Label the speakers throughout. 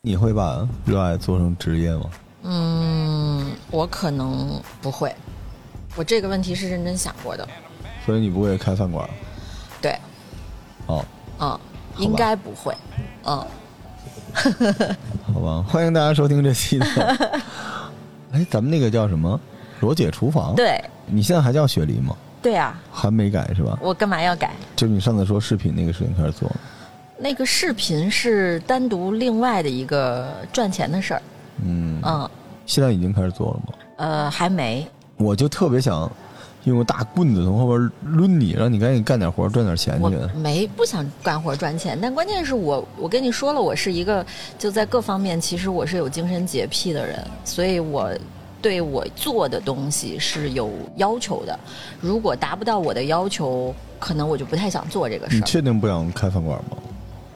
Speaker 1: 你会把热爱做成职业吗？
Speaker 2: 嗯，我可能不会。我这个问题是认真想过的。
Speaker 1: 所以你不会开饭馆？
Speaker 2: 对，
Speaker 1: 哦，
Speaker 2: 嗯，应该不会。嗯，
Speaker 1: 好吧， 欢迎大家收听这期的。 哎，咱们那个叫什么？罗姐厨房。，
Speaker 2: 对，
Speaker 1: 你现在还叫雪梨吗？
Speaker 2: 对啊，
Speaker 1: 还没改是吧？
Speaker 2: 我干嘛要改？
Speaker 1: 就是你上次说视频那个事情开始做了。
Speaker 2: 那个视频是单独另外的一个赚钱的事儿。
Speaker 1: 嗯，
Speaker 2: 嗯，
Speaker 1: 现在已经开始做了吗？
Speaker 2: 呃，还没。
Speaker 1: 我就特别想用个大棍子从后边抡你，让你赶紧干点活，赚点钱
Speaker 2: 我
Speaker 1: 去。
Speaker 2: 没不想干活赚钱，但关键是我，我跟你说了，我是一个就在各方面，其实我是有精神洁癖的人，所以我对我做的东西是有要求的。如果达不到我的要求，可能我就不太想做这个
Speaker 1: 你
Speaker 2: 事儿。
Speaker 1: 确定不想开饭馆吗？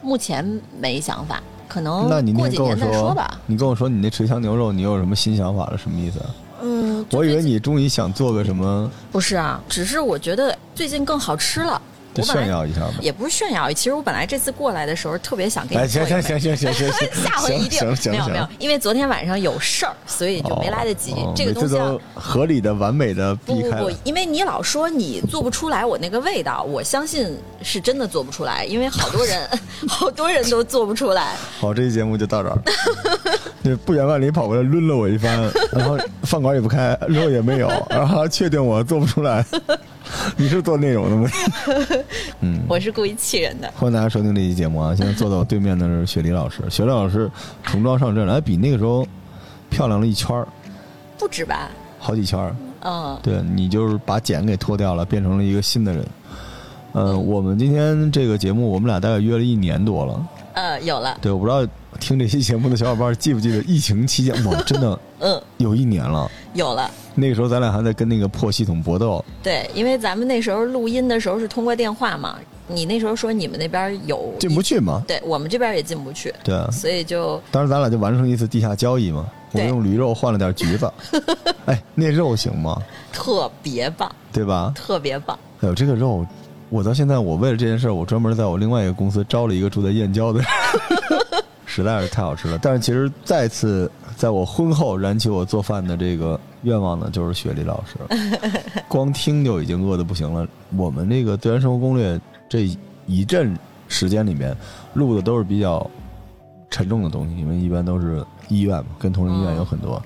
Speaker 2: 目前没想法，可能
Speaker 1: 那你那
Speaker 2: 嗯过
Speaker 1: 天
Speaker 2: 几
Speaker 1: 跟我
Speaker 2: 年再
Speaker 1: 说
Speaker 2: 吧。
Speaker 1: 你跟我说你那捶墙牛肉，你有什么新想法了？什么意思啊？
Speaker 2: 嗯，
Speaker 1: 我以为你终于想做个什么，
Speaker 2: 不是啊，只是我觉得最近更好吃了。
Speaker 1: 就
Speaker 2: 我本来
Speaker 1: 炫耀一下吧。
Speaker 2: 也不是炫耀，其实我本来这次过来的时候特别想给
Speaker 1: 哎，
Speaker 2: 你做
Speaker 1: 行
Speaker 2: 一
Speaker 1: 行
Speaker 2: 份，
Speaker 1: 行行行行 行
Speaker 2: 下回一定
Speaker 1: 行行
Speaker 2: 没有
Speaker 1: 行
Speaker 2: 没有
Speaker 1: 行，
Speaker 2: 因为昨天晚上有事儿，所以就没来得及。
Speaker 1: 哦哦
Speaker 2: 这个
Speaker 1: 每
Speaker 2: 东
Speaker 1: 次
Speaker 2: 西要
Speaker 1: 都合理的、完美的
Speaker 2: 不
Speaker 1: 避
Speaker 2: 不
Speaker 1: 开
Speaker 2: 不
Speaker 1: 了，
Speaker 2: 因为你老说你做不出来我那个味道，我相信是真的做不出来，因为好多人好多人都做不出来。
Speaker 1: 好，这期节目就到这儿。 就不远万里跑过来抡了我一番，然后饭馆也不开，肉也没有，然后还确定我做不出来。 你是做内容的吗？
Speaker 2: 我是故意气人的。
Speaker 1: 欢迎大家收听这期节目啊！现在坐在我对面的是雪梨老师，雪梨老师重装上阵了，哎，比那个时候漂亮了一圈儿，
Speaker 2: 不止吧？
Speaker 1: 好几圈儿。
Speaker 2: 嗯，
Speaker 1: 对你就是把茧给脱掉了，变成了一个新的人。嗯，我们今天这个节目，我们俩大概约了一年多了。
Speaker 2: 呃，有了，
Speaker 1: 对，我不知道听这期节目的小伙伴记不记得，疫情期间，哇，真的
Speaker 2: 嗯，
Speaker 1: 有一年了。
Speaker 2: 有了。
Speaker 1: 那个时候咱俩还在跟那个破系统搏斗，
Speaker 2: 对，因为咱们那时候录音的时候是通过电话嘛，你那时候说你们那边有
Speaker 1: 进不，去嘛。
Speaker 2: 对我们这边也进不去，
Speaker 1: 对，
Speaker 2: 所以就
Speaker 1: 当时咱俩就完成一次地下交易嘛。我
Speaker 2: 对
Speaker 1: 用驴肉换了点橘子，哎，那肉行吗？
Speaker 2: 特别棒，
Speaker 1: 对吧？
Speaker 2: 特别棒。
Speaker 1: 哎呦，这个肉，我到现在我为了这件事儿，我专门在我另外一个公司招了一个住在燕郊的人，实在是太好吃了。但是其实再次在我婚后燃起我做饭的这个愿望呢，就是雪梨老师，光听就已经饿得不行了。我们这个《自然生活攻略》这一阵时间里面录的都是比较沉重的东西，因为一般都是医院嘛，跟同仁医院有很多。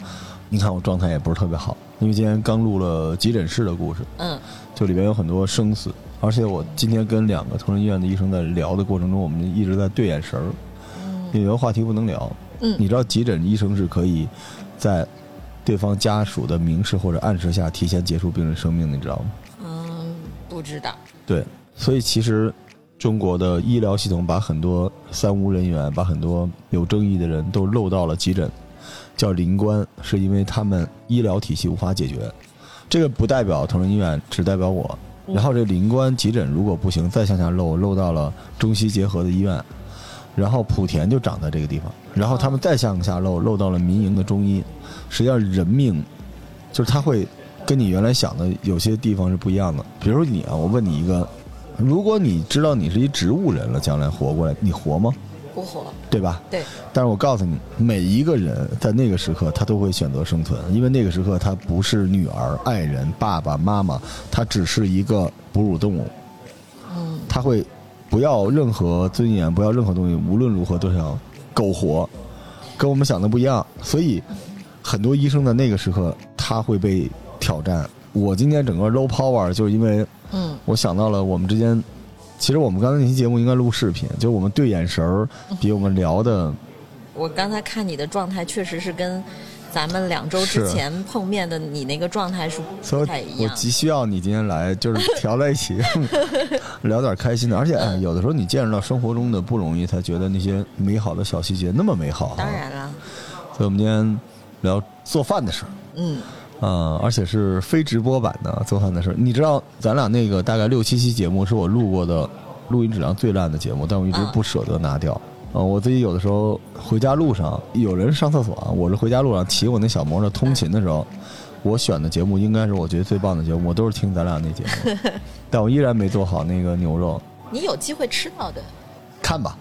Speaker 1: 你看我状态也不是特别好，因为今天刚录了急诊室的故事。
Speaker 2: 嗯
Speaker 1: 就里边有很多生死。而且我今天跟两个同仁医院的医生在聊的过程中，我们一直在对眼神儿，因为有的话题不能聊。
Speaker 2: 嗯
Speaker 1: 你知道急诊医生是可以在对方家属的明示或者暗示下提前结束病人生命的，你知道吗？
Speaker 2: 嗯，不知道。
Speaker 1: 对，所以其实中国的医疗系统把很多三无人员、把很多有争议的人都漏到了急诊，叫临关，是因为他们医疗体系无法解决。这个不代表同仁医院，只代表我。然后这临关急诊如果不行，再向下漏，漏到了中西结合的医院，然后莆田就长在这个地方，然后他们再向下漏，漏到了民营的中医。实际上，人命就是他会跟你原来想的有些地方是不一样的。比如说你啊，我问你一个，如果你知道你是一植物人了，将来活过来，你活吗？
Speaker 2: 不火，
Speaker 1: 对吧？
Speaker 2: 对，
Speaker 1: 但是我告诉你，每一个人在那个时刻，他都会选择生存，因为那个时刻他不是女儿、爱人、爸爸妈妈，他只是一个哺乳动物。
Speaker 2: 嗯，
Speaker 1: 他会不要任何尊严，不要任何东西，无论如何都想苟活，跟我们想的不一样。所以，很多医生在那个时刻他会被挑战。我今天整个 low power 就是因为
Speaker 2: 嗯
Speaker 1: 我想到了我们之间，其实我们刚才那期节目应该录视频，就是我们对眼神儿比我们聊的
Speaker 2: 我刚才看你的状态，确实是跟咱们两周之
Speaker 1: 是
Speaker 2: 前碰面的你那个状态是
Speaker 1: 所
Speaker 2: 不
Speaker 1: 以
Speaker 2: 太一
Speaker 1: 我
Speaker 2: 样。
Speaker 1: 急需要你今天来，就是调在一起 聊点开心的。而且、哎、有的时候你见识到生活中的不容易，才觉得那些美好的小细节那么美好、啊。
Speaker 2: 当，然了，
Speaker 1: 所以我们今天聊做饭的事儿。
Speaker 2: 嗯，
Speaker 1: 啊、而且是非直播版的做饭的事儿。你知道，咱俩那个大概六七期节目是我录过的录音质量最烂的节目，但我一直
Speaker 2: 啊
Speaker 1: 不舍得拿掉。呃，我自己有的时候回家路上有人上厕所啊，我是回家路上骑我那小摩托通勤的时 候，我选的节目应该是我觉得最棒的节目，我都是听咱俩那节 目，但我依然没做好那个牛肉，
Speaker 2: 你有机会吃到的。
Speaker 1: 看吧，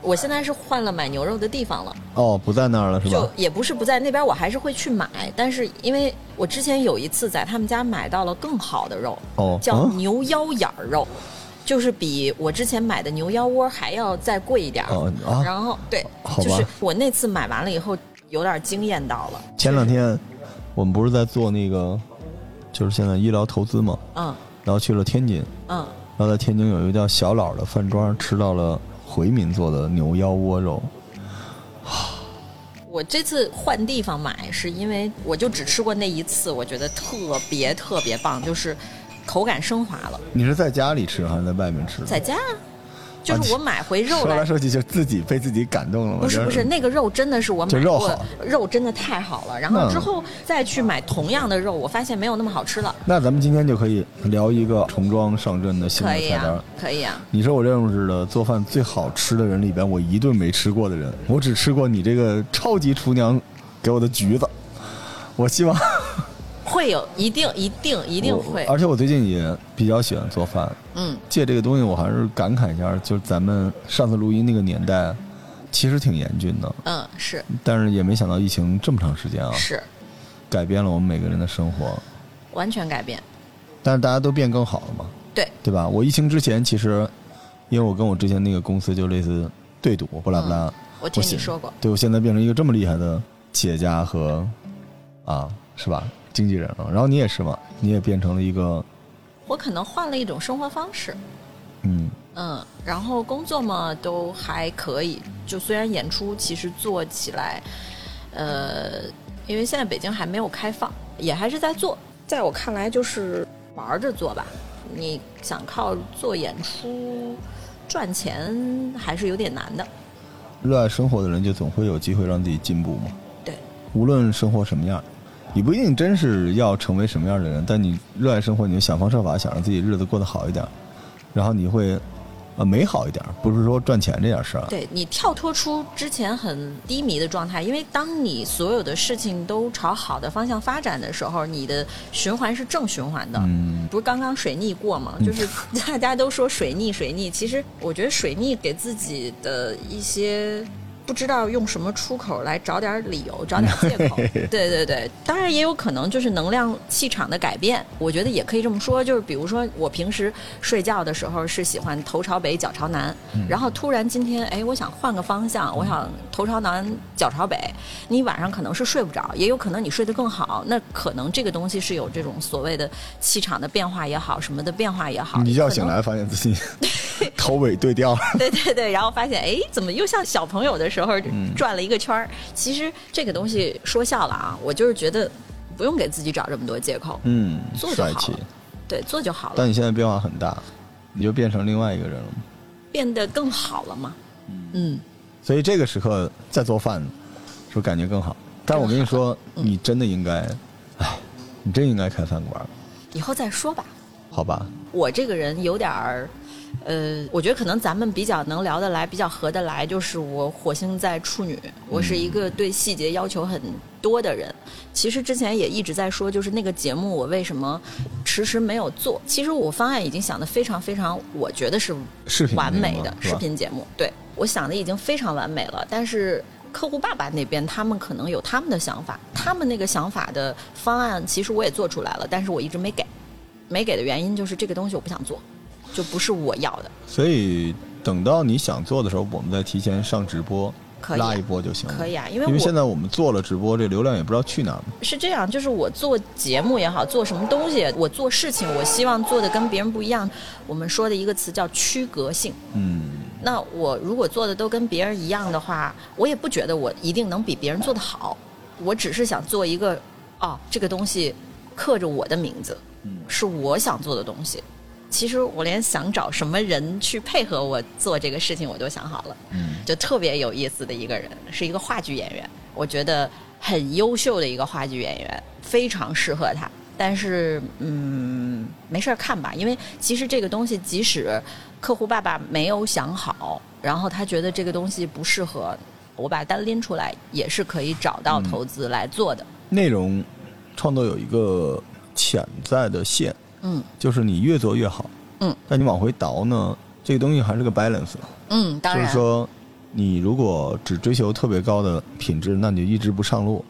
Speaker 2: 我现在是换了买牛肉的地方了，
Speaker 1: 哦，不在那儿了是吧
Speaker 2: 就？也不是不在那边，我还是会去买。但是因为我之前有一次在他们家买到了更好的肉，
Speaker 1: 哦，
Speaker 2: 叫
Speaker 1: 嗯
Speaker 2: 牛腰眼儿肉，就是比我之前买的牛腰窝还要再贵一点儿。
Speaker 1: 哦啊，
Speaker 2: 然后对，
Speaker 1: 好吧
Speaker 2: 就是我那次买完了以后有点惊艳到了，
Speaker 1: 前两天我们不是在做那个，就是现在医疗投资嘛，
Speaker 2: 嗯
Speaker 1: 然后去了天津，
Speaker 2: 嗯，
Speaker 1: 然后在天津有一个叫小老的饭庄吃到了回民做的牛腰窝肉，
Speaker 2: 我这次换地方买是因为我就只吃过那一次，我觉得特别特别棒，就是口感升华了，
Speaker 1: 你是在家里吃还是在外面吃？
Speaker 2: 在家啊，就
Speaker 1: 啊
Speaker 2: 是我买回肉
Speaker 1: 说
Speaker 2: 来
Speaker 1: 来说去就自己被自己感动了嘛。
Speaker 2: 不是
Speaker 1: 就
Speaker 2: 不是，那个肉真的是我买
Speaker 1: 就
Speaker 2: 过，
Speaker 1: 肉好
Speaker 2: 肉真的太好了。然后之后再去买同样的肉，我发现没有那么好吃了。
Speaker 1: 那咱们今天就可以聊一个重装上阵的新的
Speaker 2: 可以
Speaker 1: 菜单。
Speaker 2: 啊，可以啊，
Speaker 1: 你是我认识的做饭最好吃的人里边，我一顿没吃过的人，我只吃过你这个超级厨娘给我的橘子。我希望
Speaker 2: 会有，一定一定一
Speaker 1: 一
Speaker 2: 定会。
Speaker 1: 而且我最近也比较喜欢做饭，
Speaker 2: 嗯，
Speaker 1: 借这个东西，我还是感慨一下，就是咱们上次录音那个年代，其实挺严峻的，
Speaker 2: 嗯，是
Speaker 1: 但是也没想到疫情这么长时间啊，
Speaker 2: 是，
Speaker 1: 改变了我们每个人的生活，
Speaker 2: 完全改变。
Speaker 1: 但是大家都变更好了嘛，
Speaker 2: 对，
Speaker 1: 对吧？我疫情之前其实，因为我跟我之前那个公司就类似对赌，不拉不拉，
Speaker 2: 嗯我听
Speaker 1: 行
Speaker 2: 你说过，
Speaker 1: 对我现在变成一个这么厉害的企业家和啊，是吧？经纪人了，然后你也是嘛，你也变成了一个
Speaker 2: 我可能换了一种生活方式。
Speaker 1: 嗯，
Speaker 2: 嗯，然后工作嘛都还可以，就虽然演出其实做起来，呃，因为现在北京还没有开放，也还是在做。在我看来，就是玩着做吧。你想靠做演出赚钱，还是有点难的。
Speaker 1: 热爱生活的人就总会有机会让自己进步嘛。
Speaker 2: 对，
Speaker 1: 无论生活什么样，你不一定真是要成为什么样的人，但你热爱生活，你就想方设法想让自己日子过得好一点，然后你会呃美好一点，不是说赚钱这件事儿。啊
Speaker 2: 对啊你跳脱出之前很低迷的状态，因为当你所有的事情都朝好的方向发展的时候，你的循环是正循环的。
Speaker 1: 嗯，
Speaker 2: 不是刚刚水逆过吗？就是 大家都说水逆水逆，其实我觉得水逆给自己的一些不知道用什么出口来找点理由，找点借口。对对对，当然也有可能就是能量气场的改变，我觉得也可以这么说。就是比如说我平时睡觉的时候是喜欢头朝北脚朝南，
Speaker 1: 嗯
Speaker 2: 然后突然今天哎，我想换个方向，我想头朝南脚朝北，你晚上可能是睡不着，也有可能你睡得更好。那可能这个东西是有这种所谓的气场的变化也好，什么的变化也好。
Speaker 1: 你一觉
Speaker 2: 要
Speaker 1: 醒，来发现自己 头尾对调了。
Speaker 2: 对对对，然后发现哎，怎么又像小朋友的时候
Speaker 1: 嗯
Speaker 2: 转了一个圈儿？其实这个东西说笑了啊，我就是觉得不用给自己找这么多借口，
Speaker 1: 嗯，
Speaker 2: 做就
Speaker 1: 帅
Speaker 2: 好
Speaker 1: 气。
Speaker 2: 了对，做就好了，
Speaker 1: 但你现在变化很大，你就变成另外一个人了。
Speaker 2: 变得更好了嘛。嗯，
Speaker 1: 所以这个时刻在做饭，是不是感觉更好？但我跟你说，
Speaker 2: 嗯
Speaker 1: 你真的应该，哎，你真应该开饭馆，
Speaker 2: 以后再说吧。
Speaker 1: 好吧？
Speaker 2: 我这个人有点儿，呃，我觉得可能咱们比较能聊得来、比较合得来，就是我火星在处女，我是一个对细节要求很多的人。其实之前也一直在说，就是那个节目我为什么迟迟没有做。其实我方案已经想得非常非常，我觉得是
Speaker 1: 视频
Speaker 2: 完美
Speaker 1: 那个
Speaker 2: 的
Speaker 1: 嘛是
Speaker 2: 视
Speaker 1: 吧
Speaker 2: 频节目，对我想的已经非常完美了，但是。客户爸爸那边，他们可能有他们的想
Speaker 1: 嗯
Speaker 2: 法，他们那个想法的方案，其实我也做出来了，但是我一直没给。没给的原因就是这个东西我不想做，就不是我要的。
Speaker 1: 所以等到你想做的时候，我们再提前上直播，
Speaker 2: 可以啊
Speaker 1: 拉一波就行了。
Speaker 2: 可以啊
Speaker 1: 因
Speaker 2: 因为我
Speaker 1: 现在我们做了直播，这流量也不知道去哪儿嘛。
Speaker 2: 是这样，就是我做节目也好，做什么东西，我做事情，我希望做的跟别人不一样。我们说的一个词叫区隔性。
Speaker 1: 嗯，
Speaker 2: 那我如果做的都跟别人一样的话，我也不觉得我一定能比别人做得好。我只是想做一个，哦，这个东西刻着我的名字，是我想做的东西。其实我连想找什么人去配合我做这个事情，我都想好了。
Speaker 1: 嗯，
Speaker 2: 就特别有意思的一个人，是一个话剧演员，我觉得很优秀的一个话剧演员，非常适合他。但是，嗯，没事儿看吧，因为其实这个东西，即使客户爸爸没有想好，然后他觉得这个东西不适合，我把单拎出来也是可以找到投资来做的。
Speaker 1: 内容创作有一个潜在的线，
Speaker 2: 嗯
Speaker 1: 就是你越做越好，
Speaker 2: 嗯，
Speaker 1: 但你往回倒呢，这个东西还是个 balance，
Speaker 2: 嗯，当
Speaker 1: 就是
Speaker 2: 然，
Speaker 1: 说你如果只追求特别高的品质，那你就一直不上路。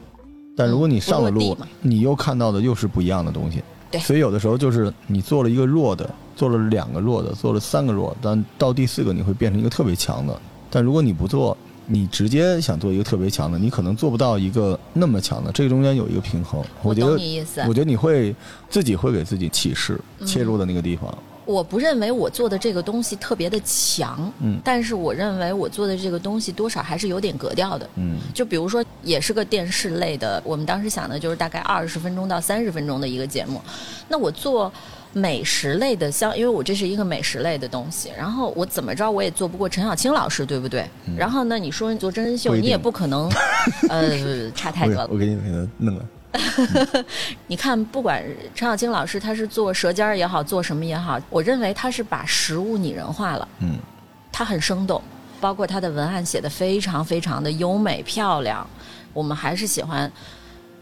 Speaker 1: 但如果你上了
Speaker 2: 不
Speaker 1: 路
Speaker 2: 落地嘛，
Speaker 1: 你又看到的又是不一样的东西。
Speaker 2: 对
Speaker 1: 所以有的时候就是你做了一个弱的，做了两个弱的，做了三个弱，但到第四个你会变成一个特别强的。但如果你不做，你直接想做一个特别强的，你可能做不到一个那么强的。这个中间有一个平衡，
Speaker 2: 我
Speaker 1: 觉得
Speaker 2: 懂，你意思。
Speaker 1: 我觉得你会自己会给自己启示，
Speaker 2: 嗯
Speaker 1: 切入的那个地方。
Speaker 2: 我不认为我做的这个东西特别的强，
Speaker 1: 嗯
Speaker 2: 但是我认为我做的这个东西多少还是有点格调的。
Speaker 1: 嗯
Speaker 2: 就比如说，也是个电视类的，我们当时想的就是大概二十分钟到三十分钟的一个节目。那我做美食类的，像因为我这是一个美食类的东西，然后我怎么着我也做不过陈小青老师，对不对？然后呢，你说你做真人秀，
Speaker 1: 嗯不一定
Speaker 2: 你也不可 能，呃，差太
Speaker 1: 我给
Speaker 2: 多了
Speaker 1: 我。给你给他弄了。
Speaker 2: 你看，不管陈小青老师他是做舌尖儿也好，做什么也好，我认为他是把食物拟人化了，
Speaker 1: 嗯，
Speaker 2: 他很生动，包括他的文案写的非常非常的优美漂亮，我们还是喜欢。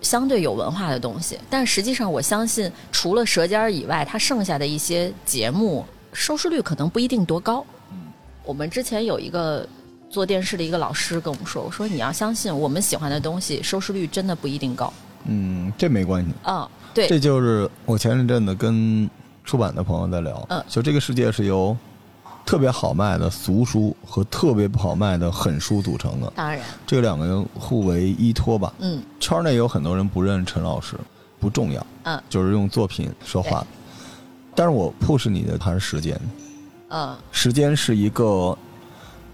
Speaker 2: 相对有文化的东西，但实际上我相信，除了《舌尖儿》以外，它剩下的一些节目收视率可能不一定多高。我们之前有一个做电视的一个老师跟我们说：“我说你要相信，我们喜欢的东西收视率真的不一定高。
Speaker 1: 嗯，这没关系。”
Speaker 2: 嗯，对，
Speaker 1: 这就是我前一阵子跟出版的朋友在聊，
Speaker 2: 嗯
Speaker 1: 就这个世界是由特别好卖的俗书和特别不好卖的狠书组成的，
Speaker 2: 当然，
Speaker 1: 这两个人互为依托吧。
Speaker 2: 嗯。
Speaker 1: 圈内有很多人不认陈老师，不重要，
Speaker 2: 嗯
Speaker 1: 就是用作品说话。但是我 push 你的还是时间，
Speaker 2: 嗯，
Speaker 1: 时间是一个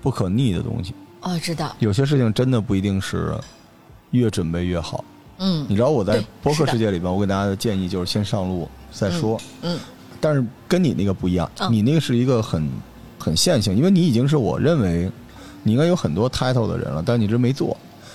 Speaker 1: 不可逆的东西，
Speaker 2: 哦，知道，
Speaker 1: 有些事情真的不一定是越准备越好。
Speaker 2: 嗯
Speaker 1: 你知道我在
Speaker 2: 对
Speaker 1: 播客
Speaker 2: 是的
Speaker 1: 世界里边，我给大家的建议就是先上路再说。
Speaker 2: 嗯
Speaker 1: 但是跟你那个不一样，
Speaker 2: 嗯
Speaker 1: 你那个是一个很很线性，因为你已经是我认为你应该有很多 title 的人了，但你一直没做。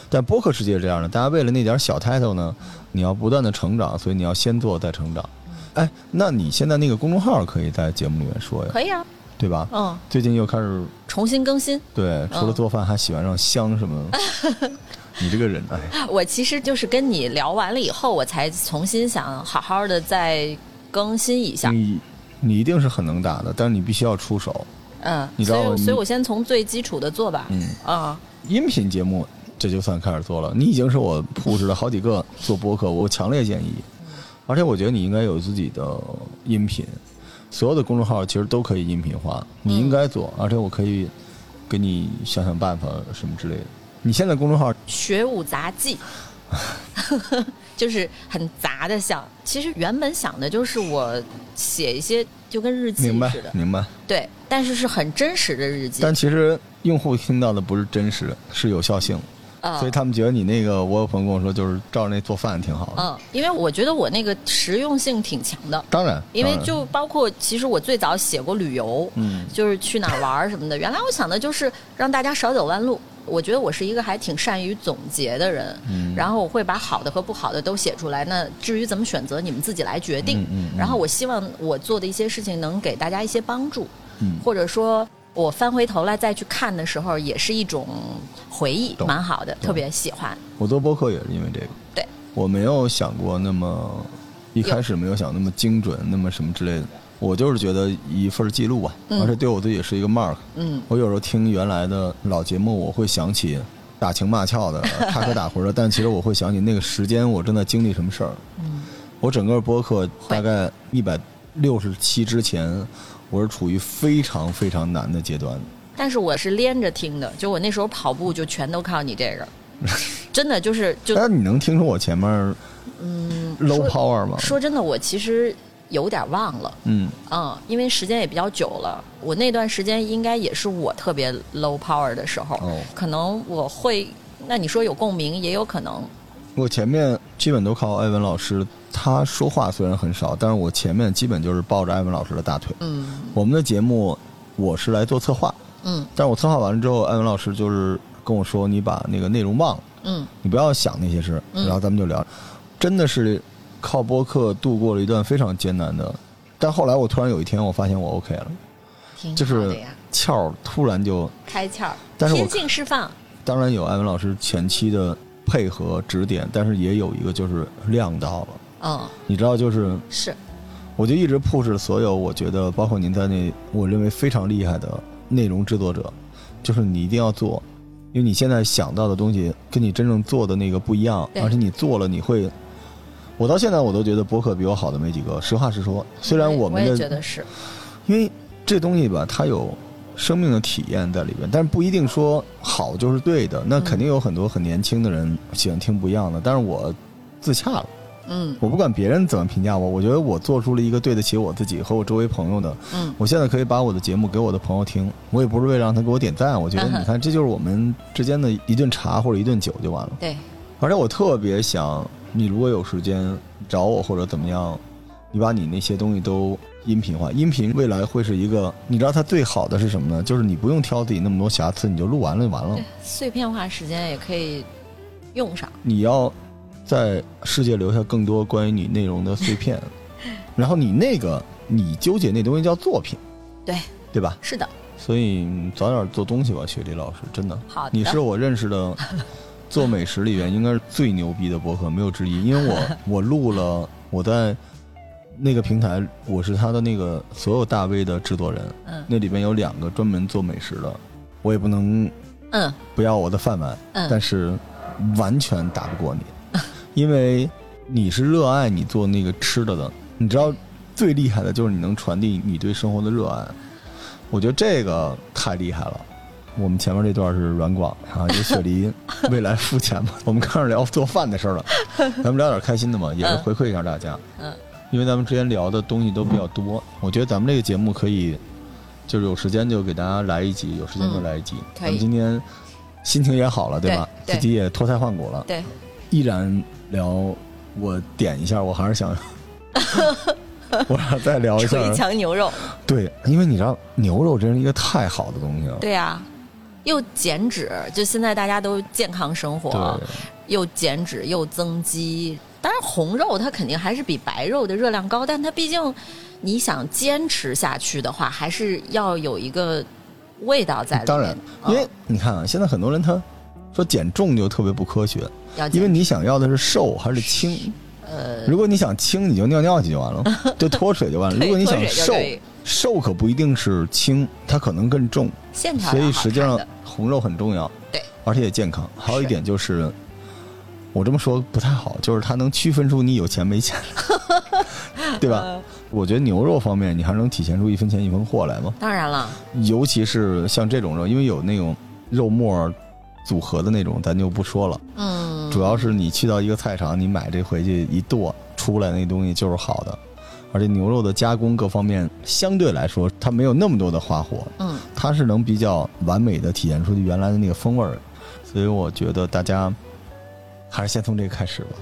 Speaker 1: 但播客世界是这样的，大家为了那点小 title 呢，你要不断的成长，所以你要先做再成长。
Speaker 2: 嗯
Speaker 1: 哎，那你现在那个公众号可以在节目里面说呀，
Speaker 2: 可以啊，
Speaker 1: 对吧？
Speaker 2: 嗯，
Speaker 1: 最近又开始
Speaker 2: 重新更新。
Speaker 1: 对，除
Speaker 2: 嗯
Speaker 1: 了做饭还喜欢上香什么的。 你这个人，哎，
Speaker 2: 我其实就是跟你聊完了以后，我才重新想好好的再更新一下。
Speaker 1: 你你一定是很能打的，但是你必须要出手。
Speaker 2: 嗯，
Speaker 1: 你知道
Speaker 2: 所以我
Speaker 1: 你
Speaker 2: 所以我先从最基础的做吧。
Speaker 1: 嗯，
Speaker 2: 啊、
Speaker 1: 音频节目，这就算开始做了。你已经是我 push 了好几个做播客，我强烈建议。而且我觉得你应该有自己的音频，所有的公众号其实都可以音频化，你应该做。
Speaker 2: 嗯
Speaker 1: 而且我可以给你想想办法什么之类的。你现在公众号，
Speaker 2: 学武杂技， 就是很杂的想。其实原本想的就是我写一些就跟日记
Speaker 1: 明白
Speaker 2: 似的，
Speaker 1: 明白。
Speaker 2: 对，但是是很真实的日记。
Speaker 1: 但其实用户听到的不是真实，是有效性，
Speaker 2: 啊
Speaker 1: 所以他们觉得你那个，我有朋友跟我说，就是照着那做饭挺好的。
Speaker 2: 嗯，因为我觉得我那个实用性挺强的。
Speaker 1: 当然，
Speaker 2: 因为
Speaker 1: 当然
Speaker 2: 就包括，其实我最早写过旅游，
Speaker 1: 嗯
Speaker 2: 就是去哪儿玩儿什么的。原来我想的就是让大家少走弯路。我觉得我是一个还挺善于总结的人，
Speaker 1: 嗯
Speaker 2: 然后我会把好的和不好的都写出来。那至于怎么选择，你们自己来决定。
Speaker 1: 嗯嗯嗯
Speaker 2: 然后我希望我做的一些事情能给大家一些帮助，
Speaker 1: 嗯
Speaker 2: 或者说我翻回头来再去看的时候，也是一种回忆，
Speaker 1: 懂
Speaker 2: 蛮好的，特别喜欢。
Speaker 1: 我做播客也是因为这个。
Speaker 2: 对，
Speaker 1: 我没有想过那么，一开始没有想那么精准，那么什么之类的。我就是觉得一份记录吧，
Speaker 2: 嗯
Speaker 1: 而且对我自己也是一个 mark。
Speaker 2: 嗯
Speaker 1: 我有时候听原来的老节目，我会想起打情骂俏 的、插科打诨的，但其实我会想起那个时间我正在经历什么事儿。
Speaker 2: 嗯，
Speaker 1: 我整个播客大概一百六十期之前，我是处于非常非常难的阶段。
Speaker 2: 但是我是连着听的，就我那时候跑步就全都靠你这个，真的就是 就
Speaker 1: 但是你能听出我前面嗯 low
Speaker 2: 说
Speaker 1: power 吗？
Speaker 2: 说真的，我其实有点忘了，
Speaker 1: 嗯，
Speaker 2: 嗯，因为时间也比较久了，我那段时间应该也是我特别 low power 的时候，
Speaker 1: 哦
Speaker 2: 可能我会，那你说有共鸣也有可能，
Speaker 1: 我前面基本都靠艾文老师，他说话虽然很少，但是我前面基本就是抱着艾文老师的大腿。
Speaker 2: 嗯
Speaker 1: 我们的节目我是来做策划，
Speaker 2: 嗯
Speaker 1: 但是我策划完了之后，艾文老师就是跟我说：“你把那个内容忘了，
Speaker 2: 嗯
Speaker 1: 你不要想那些事。”
Speaker 2: 嗯
Speaker 1: 然后咱们就聊，真的是靠播客度过了一段非常艰难的。但后来我突然有一天，我发现我 OK 了，
Speaker 2: 挺
Speaker 1: 就
Speaker 2: 好的
Speaker 1: 是
Speaker 2: 呀，
Speaker 1: 窍儿突然就，
Speaker 2: 开窍，
Speaker 1: 但是我
Speaker 2: 天性释放，
Speaker 1: 当然有艾文老师前期的配合指点，但是也有一个就是亮到了。
Speaker 2: 嗯，
Speaker 1: 你知道，就是
Speaker 2: 是，
Speaker 1: 我就一直 push 所有我觉得包括您在内，我认为非常厉害的内容制作者，就是你一定要做，因为你现在想到的东西跟你真正做的那个不一样，
Speaker 2: 对
Speaker 1: 而且你做了你会。我到现在我都觉得博客比我好的没几个，实话实说。虽然
Speaker 2: 我
Speaker 1: 们
Speaker 2: 也
Speaker 1: 的
Speaker 2: 我也觉得是，
Speaker 1: 因为这东西吧，它有生命的体验在里边，但是不一定说好就是对的。那
Speaker 2: 嗯
Speaker 1: 肯定有很多很年轻的人喜欢听不一样的，但是我自洽了，
Speaker 2: 嗯
Speaker 1: 我不管别人怎么评价我，我觉得我做出了一个对得起我自己和我周围朋友的。
Speaker 2: 嗯，
Speaker 1: 我现在可以把我的节目给我的朋友听，我也不是为了让他给我点赞，我觉得
Speaker 2: 嗯哼
Speaker 1: 你看，这就是我们之间的一顿茶或者一顿酒就完了。
Speaker 2: 对，
Speaker 1: 而且我特别想，你如果有时间找我或者怎么样，你把你那些东西都音频化。音频未来会是一个，你知道它最好的是什么呢？就是你不用挑自己那么多瑕疵，你就录完了就完了
Speaker 2: 对。碎片化时间也可以用上，
Speaker 1: 你要在世界留下更多关于你内容的碎 片，然后你那个你纠结那东西叫作品，
Speaker 2: 对，
Speaker 1: 对吧？
Speaker 2: 是的，
Speaker 1: 所以嗯早点做东西吧，雪梨老师，真的。
Speaker 2: 好的，
Speaker 1: 你是我认识的做美食里边应该是最牛逼的博客，没有之一。因为 我我录了，我在那个平台，我是他的那个所有大 V 的制作人，
Speaker 2: 嗯
Speaker 1: 那里边有两个专门做美食的，我也不能
Speaker 2: 嗯
Speaker 1: 不要我的饭碗，但
Speaker 2: 嗯，
Speaker 1: 是完全打不过你，因为你是热爱你做那个吃的的，你知道最厉害的就是你能传递你对生活的热爱，我觉得这个太厉害了。我们前面这段是软广啊，有雪梨 未来付钱嘛，我们开始聊做饭的事儿了，咱们聊点开心的嘛，也是
Speaker 2: 嗯
Speaker 1: 回馈一下大家。
Speaker 2: 嗯，
Speaker 1: 因为咱们之前聊的东西都比较多，我觉得咱们这个节目可以，就是有时间就给大家来一集，有时间就来一集。
Speaker 2: 嗯可以
Speaker 1: 咱们今天心情也好了，吧？
Speaker 2: 对对
Speaker 1: 自己也脱胎换骨了，
Speaker 2: 对，
Speaker 1: 依然聊。我点一下，我还是 想， 我想再聊一下。
Speaker 2: 捶墙牛 肉，
Speaker 1: 对，因为你知道，牛肉真是一个太好的东西了。
Speaker 2: 对啊，又减脂，就现在大家都健康生活，又减脂又增肌。当然，红肉它肯定还是比白肉的热量高，但它毕竟你想坚持下去的话，还是要有一个味道在里面。
Speaker 1: 当然，
Speaker 2: 嗯
Speaker 1: 因为你看啊，现在很多人他说减重就特别不科学，
Speaker 2: 要减
Speaker 1: 因为你想要的是瘦还是轻。
Speaker 2: 呃，
Speaker 1: 如果你想轻，你就尿尿去就完 了，就脱水就完了。如
Speaker 2: 对
Speaker 1: 果你想
Speaker 2: 脱水就
Speaker 1: 瘦
Speaker 2: 可，以
Speaker 1: 瘦可不一定是轻，它可能更重。
Speaker 2: 线条
Speaker 1: 所以
Speaker 2: 要好
Speaker 1: 实际
Speaker 2: 看
Speaker 1: 上
Speaker 2: 的
Speaker 1: 红肉很重要，
Speaker 2: 对，
Speaker 1: 而且也健康。还有一
Speaker 2: 是
Speaker 1: 点就是，我这么说不太好，就是它能区分出你有钱没 钱，对吧？
Speaker 2: 呃
Speaker 1: 我觉得牛肉方面，你还能体现出一分钱一分货来吗？
Speaker 2: 当然了，
Speaker 1: 尤其是像这种肉，因为有那种肉末组合的那种，咱就不说了。
Speaker 2: 嗯，
Speaker 1: 主要是你去到一个菜场，你买这回去一剁出来那东西就是好的，而且牛肉的加工各方面相对来说它没有那么多的花活，
Speaker 2: 嗯，
Speaker 1: 它是能比较完美的体现出原来的那个风味儿，所以我觉得大家还是先从这个开始吧。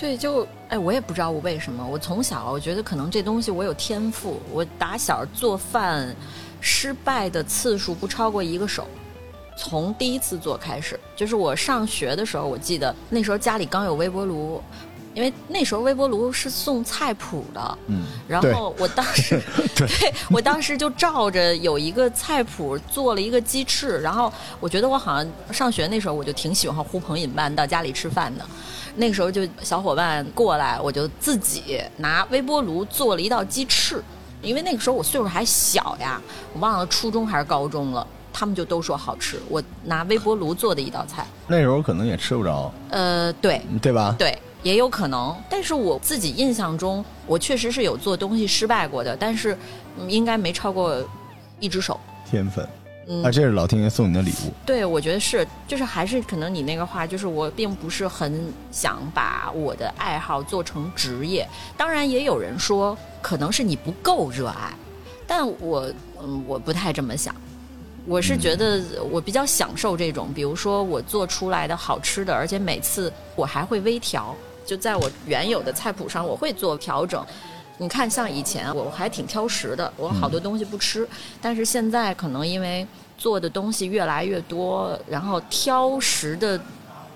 Speaker 2: 对，就哎，我也不知道我为什么，我从小我觉得可能这东西我有天赋，我打小做饭失败的次数不超过一个手。从第一次做开始，就是我上学的时候，我记得那时候家里刚有微波炉，因为那时候微波炉是送菜谱的，
Speaker 1: 嗯，
Speaker 2: 然
Speaker 1: 对
Speaker 2: 后我当时
Speaker 1: 对
Speaker 2: 我当时就照着有一个菜谱做了一个鸡翅，然后我觉得我好像上学那时候我就挺喜欢呼朋引伴到家里吃饭的，那个时候就小伙伴过来，我就自己拿微波炉做了一道鸡翅，因为那个时候我岁数还小呀，我忘了初中还是高中了，他们就都说好吃，我拿微波炉做的一道菜，
Speaker 1: 那时候可能也吃不着，
Speaker 2: 呃，对，
Speaker 1: 对吧？
Speaker 2: 对，也有可能。但是我自己印象中，我确实是有做东西失败过的，但是、嗯应该没超过一只手。
Speaker 1: 天分，
Speaker 2: 嗯
Speaker 1: 啊，这是老天爷送你的礼物。
Speaker 2: 对，我觉得是，就是还是可能你那个话，就是我并不是很想把我的爱好做成职业。当然，也有人说可能是你不够热爱，但我嗯，我不太这么想。我是觉得我比较享受这种，比如说我做出来的好吃的，而且每次我还会微调，就在我原有的菜谱上我会做调整。你看，像以前我还挺挑食的，我好多东西不吃，但是现在可能因为做的东西越来越多，然后挑食的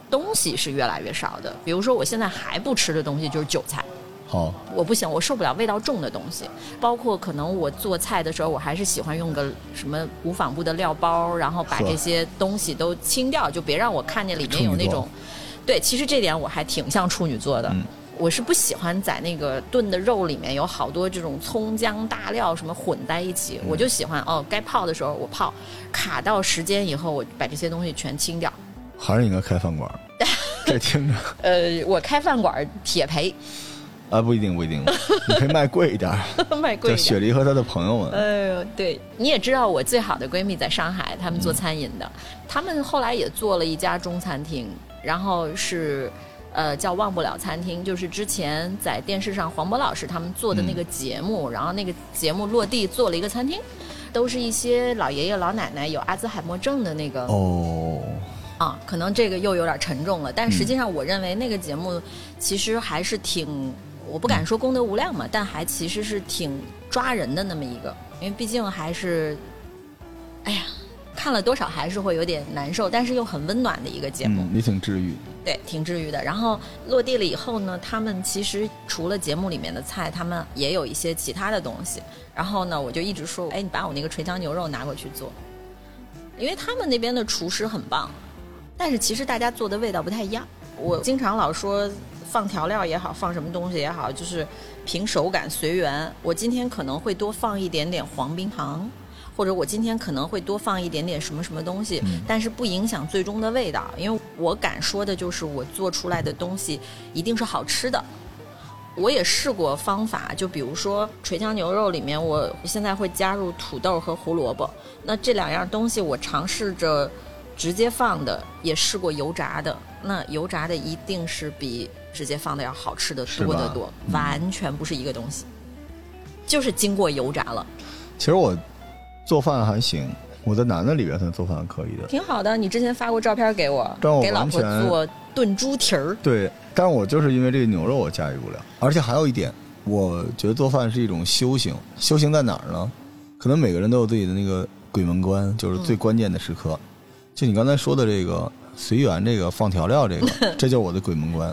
Speaker 2: 东西是越来越少的。比如说，我现在还不吃的东西就是韭菜，
Speaker 1: 哦，
Speaker 2: 我不行，我受不了味道重的东西，包括可能我做菜的时候，我还是喜欢用个什么无纺布的料包，然后把
Speaker 1: 呵
Speaker 2: 这些东西都清掉，就别让我看见里
Speaker 1: 处
Speaker 2: 面
Speaker 1: 女
Speaker 2: 有那
Speaker 1: 座
Speaker 2: 种。对，其实这点我还挺像处女座的。
Speaker 1: 嗯
Speaker 2: 我是不喜欢在那个炖的肉里面有好多这种葱姜大料什么混在一起，
Speaker 1: 嗯
Speaker 2: 我就喜欢哦，该泡的时候我泡，卡到时间以后我把这些东西全清掉。
Speaker 1: 还是应该开饭 馆儿。这听着
Speaker 2: 呃，我开饭馆儿铁赔，
Speaker 1: 啊，不一定不一定，你可以卖贵一点儿，
Speaker 2: 卖贵
Speaker 1: 叫
Speaker 2: 一点
Speaker 1: 雪。梨和她的朋友们。
Speaker 2: 哎呦，对，你也知道我最好的闺蜜在上海，她们做餐饮的，她们后来也做了一家中餐厅，然后是。呃，叫忘不了餐厅，就是之前在电视上黄渤老师他们做的那个节目，然后那个节目落地做了一个餐厅，都是一些老爷爷老奶奶有阿兹海默症的那个
Speaker 1: 哦，
Speaker 2: 啊，可能这个又有点沉重了，但实际上我认为那个节目其实还是挺，我不敢说功德无量嘛，但还其实是挺抓人的那么一个，因为毕竟还是，哎呀，看了多少还是会有点难受，但是又很温暖的一个节目，
Speaker 1: 嗯，也挺治愈。
Speaker 2: 对，挺治愈的。然后落地了以后呢，他们其实除了节目里面的菜，他们也有一些其他的东西。然后呢，我就一直说，哎，你把我那个垂江牛肉拿过去做，因为他们那边的厨师很棒，但是其实大家做的味道不太一样。我经常老说，放调料也好，放什么东西也好，就是凭手感随缘。我今天可能会多放一点点黄冰糖。或者我今天可能会多放一点点什么什么东西，
Speaker 1: 嗯
Speaker 2: 但是不影响最终的味道，因为我敢说的就是我做出来的东西一定是好吃的。我也试过方法，就比如说垂江牛肉里面，我现在会加入土豆和胡萝卜，那这两样东西我尝试着直接放的，也试过油炸的，那油炸的一定是比直接放的要好吃的
Speaker 1: 是
Speaker 2: 多
Speaker 1: 吧
Speaker 2: 得多，
Speaker 1: 嗯
Speaker 2: 完全不是一个东西，就是经过油炸了。
Speaker 1: 其实我做饭还行，我在男的里边算做饭可以的。
Speaker 2: 挺好的，你之前发过照片给我，
Speaker 1: 但我
Speaker 2: 给老
Speaker 1: 完
Speaker 2: 婆
Speaker 1: 全
Speaker 2: 做炖猪蹄儿，
Speaker 1: 对，但是我就是因为这个牛肉我驾驭不了，而且还有一点，我觉得做饭是一种修行，修行在哪儿呢？可能每个人都有自己的那个鬼门关，就是最关键的时刻。就你刚才说的这个随缘，这个放调料，这个这就是我的鬼门关，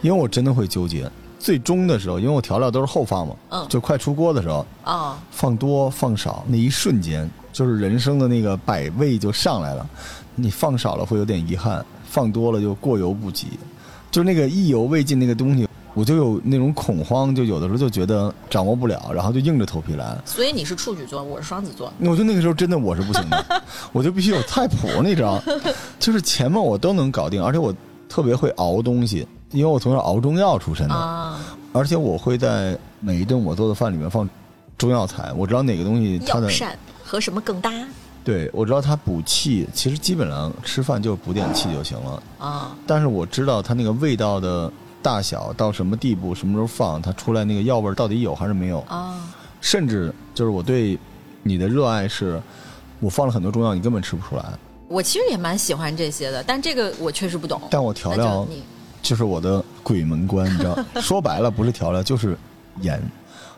Speaker 1: 因为我真的会纠结。最终的时候，因为我调料都是后放嘛，
Speaker 2: 嗯
Speaker 1: 就快出锅的时候，
Speaker 2: 哦，
Speaker 1: 放多放少那一瞬间，就是人生的那个百味就上来了。你放少了会有点遗憾，放多了就过犹不及，就是那个意犹未尽那个东西，我就有那种恐慌，就有的时候就觉得掌握不了，然后就硬着头皮来。
Speaker 2: 所以你是处女座，我是双子座，
Speaker 1: 那我就那个时候真的我是不行的，我就必须有菜谱那招，就是前面我都能搞定，而且我特别会熬东西，因为我从小熬中药出身的，
Speaker 2: 啊，
Speaker 1: 而且我会在每一顿我做的饭里面放中药材，我知道哪个东西它
Speaker 2: 药
Speaker 1: 的
Speaker 2: 膳和什么更搭
Speaker 1: 对，我知道它补气，其实基本上吃饭就是补点气就行了。
Speaker 2: 啊？
Speaker 1: 但是我知道它那个味道的大小到什么地步，什么时候放，它出来那个药味儿到底有还是没有。
Speaker 2: 啊，
Speaker 1: 甚至就是我对你的热爱是，我放了很多中药，你根本吃不出来。
Speaker 2: 我其实也蛮喜欢这些的，但这个我确实不懂。
Speaker 1: 但我调
Speaker 2: 那就
Speaker 1: 料
Speaker 2: 你
Speaker 1: 就是我的鬼门关，你知 道？说白了不是调料就是盐，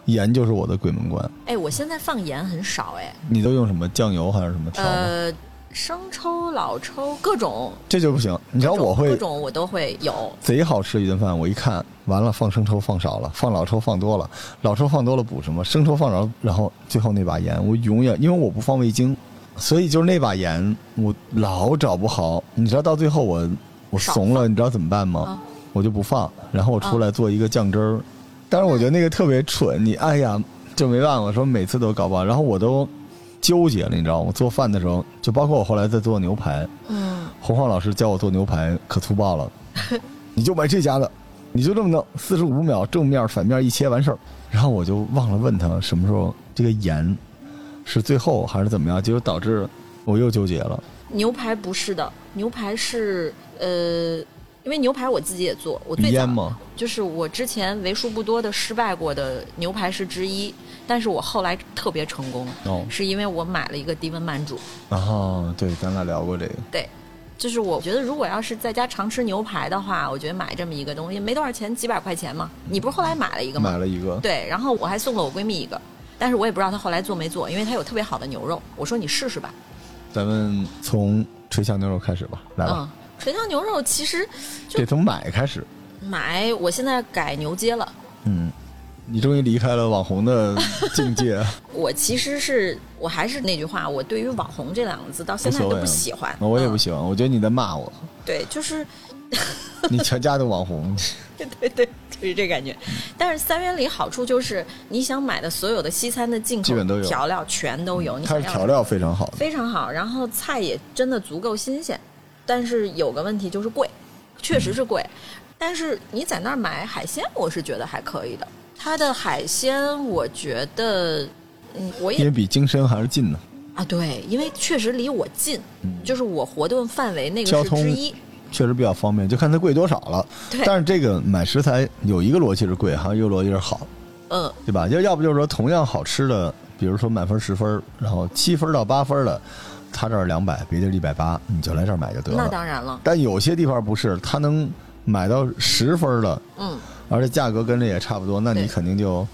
Speaker 1: 盐就是我的鬼门关。
Speaker 2: 哎，我现在放盐很少哎，
Speaker 1: 你都用什么酱油还是什么调吗？
Speaker 2: 呃，生抽、老抽各种，
Speaker 1: 这就不行。你知道
Speaker 2: 各种
Speaker 1: 我会
Speaker 2: 各种我都会有，
Speaker 1: 贼好吃一顿饭，我一看完了，放生抽放少了，放老抽放多了，老抽放多了补什么？生抽放少了，然后最后那把盐，我永远因为我不放味精，所以就是那把盐我老找不好。你知道到最后我我
Speaker 2: 少
Speaker 1: 怂了，你知道怎么办吗？
Speaker 2: 啊
Speaker 1: 我就不放，然后我出来做一个酱汁儿。但是我觉得那个特别蠢，你哎呀就没办法，说每次都搞不好，然后我都纠结了，你知道吗？我做饭的时候，就包括我后来在做牛排，
Speaker 2: 嗯，
Speaker 1: 洪晃老师教我做牛排可粗暴了， 你就买这家的，你就这么弄，四十五秒正面反面一切完事儿。然后我就忘了问他什么时候这个盐是最后还是怎么样，结果导致我又纠结了。
Speaker 2: 牛排不是的，牛排是呃，因为牛排我自己也做，我最
Speaker 1: 你
Speaker 2: 早
Speaker 1: 腌吗？
Speaker 2: 就是我之前为数不多的失败过的牛排师之一，但是我后来特别成功，
Speaker 1: 哦，
Speaker 2: 是因为我买了一个低温慢煮。
Speaker 1: 然后啊对，咱俩聊过这个，
Speaker 2: 对，就是我觉得如果要是在家常吃牛排的话，我觉得买这么一个东西没多少钱，几百块钱嘛。你不是后来买了一个吗
Speaker 1: 买？了一个，
Speaker 2: 对，然后我还送了我闺蜜一个，但是我也不知道她后来做没做，因为她有特别好的牛肉，我说你试试吧。
Speaker 1: 咱们从吹香牛肉开始吧，来吧，
Speaker 2: 嗯，纯香牛肉其实就
Speaker 1: 得从买开始。
Speaker 2: 买，我现在改牛街了。
Speaker 1: 嗯，你终于离开了网红的境界，
Speaker 2: 我其实是我还是那句话，我对于网红这两个字到现在
Speaker 1: 无所谓
Speaker 2: 都
Speaker 1: 了
Speaker 2: 不喜欢。
Speaker 1: 我也不
Speaker 2: 嗯
Speaker 1: 喜欢，我觉得你在骂我，
Speaker 2: 对，就是
Speaker 1: 你全家都网红，
Speaker 2: 对对对，就是这感觉。
Speaker 1: 嗯
Speaker 2: 但是三元里好处就是，你想买的所有的西餐的进
Speaker 1: 基
Speaker 2: 口
Speaker 1: 本都有嗯
Speaker 2: 调料全都有，哦你
Speaker 1: 它
Speaker 2: 想
Speaker 1: 是
Speaker 2: 要
Speaker 1: 调料非常好的，
Speaker 2: 非常好，然后菜也真的足够新鲜。但是有个问题就是贵，确
Speaker 1: 嗯
Speaker 2: 实是贵。但是你在那儿买海鲜，我是觉得还可以的。它的海鲜，我觉得，嗯，我
Speaker 1: 因
Speaker 2: 也
Speaker 1: 为比京深还是近呢。
Speaker 2: 啊，对，因为确实离我近，就是我活动范围那
Speaker 1: 嗯交
Speaker 2: 个是
Speaker 1: 通
Speaker 2: 之一。
Speaker 1: 确实比较方便，就看它贵多少了。
Speaker 2: 对
Speaker 1: 但是这个买食材有一个逻辑是贵，还有一个逻辑是好，
Speaker 2: 嗯，
Speaker 1: 对吧？要要不就是说同样好吃的，比如说满分十分，然后七分到八分的，他这儿两百，别地儿一百八，你就来这儿买就得
Speaker 2: 那
Speaker 1: 了。
Speaker 2: 当然了，
Speaker 1: 但有些地方不是，他能买到十分的，
Speaker 2: 嗯。
Speaker 1: 而且价格跟这也差不多，那你
Speaker 2: 对
Speaker 1: 肯定就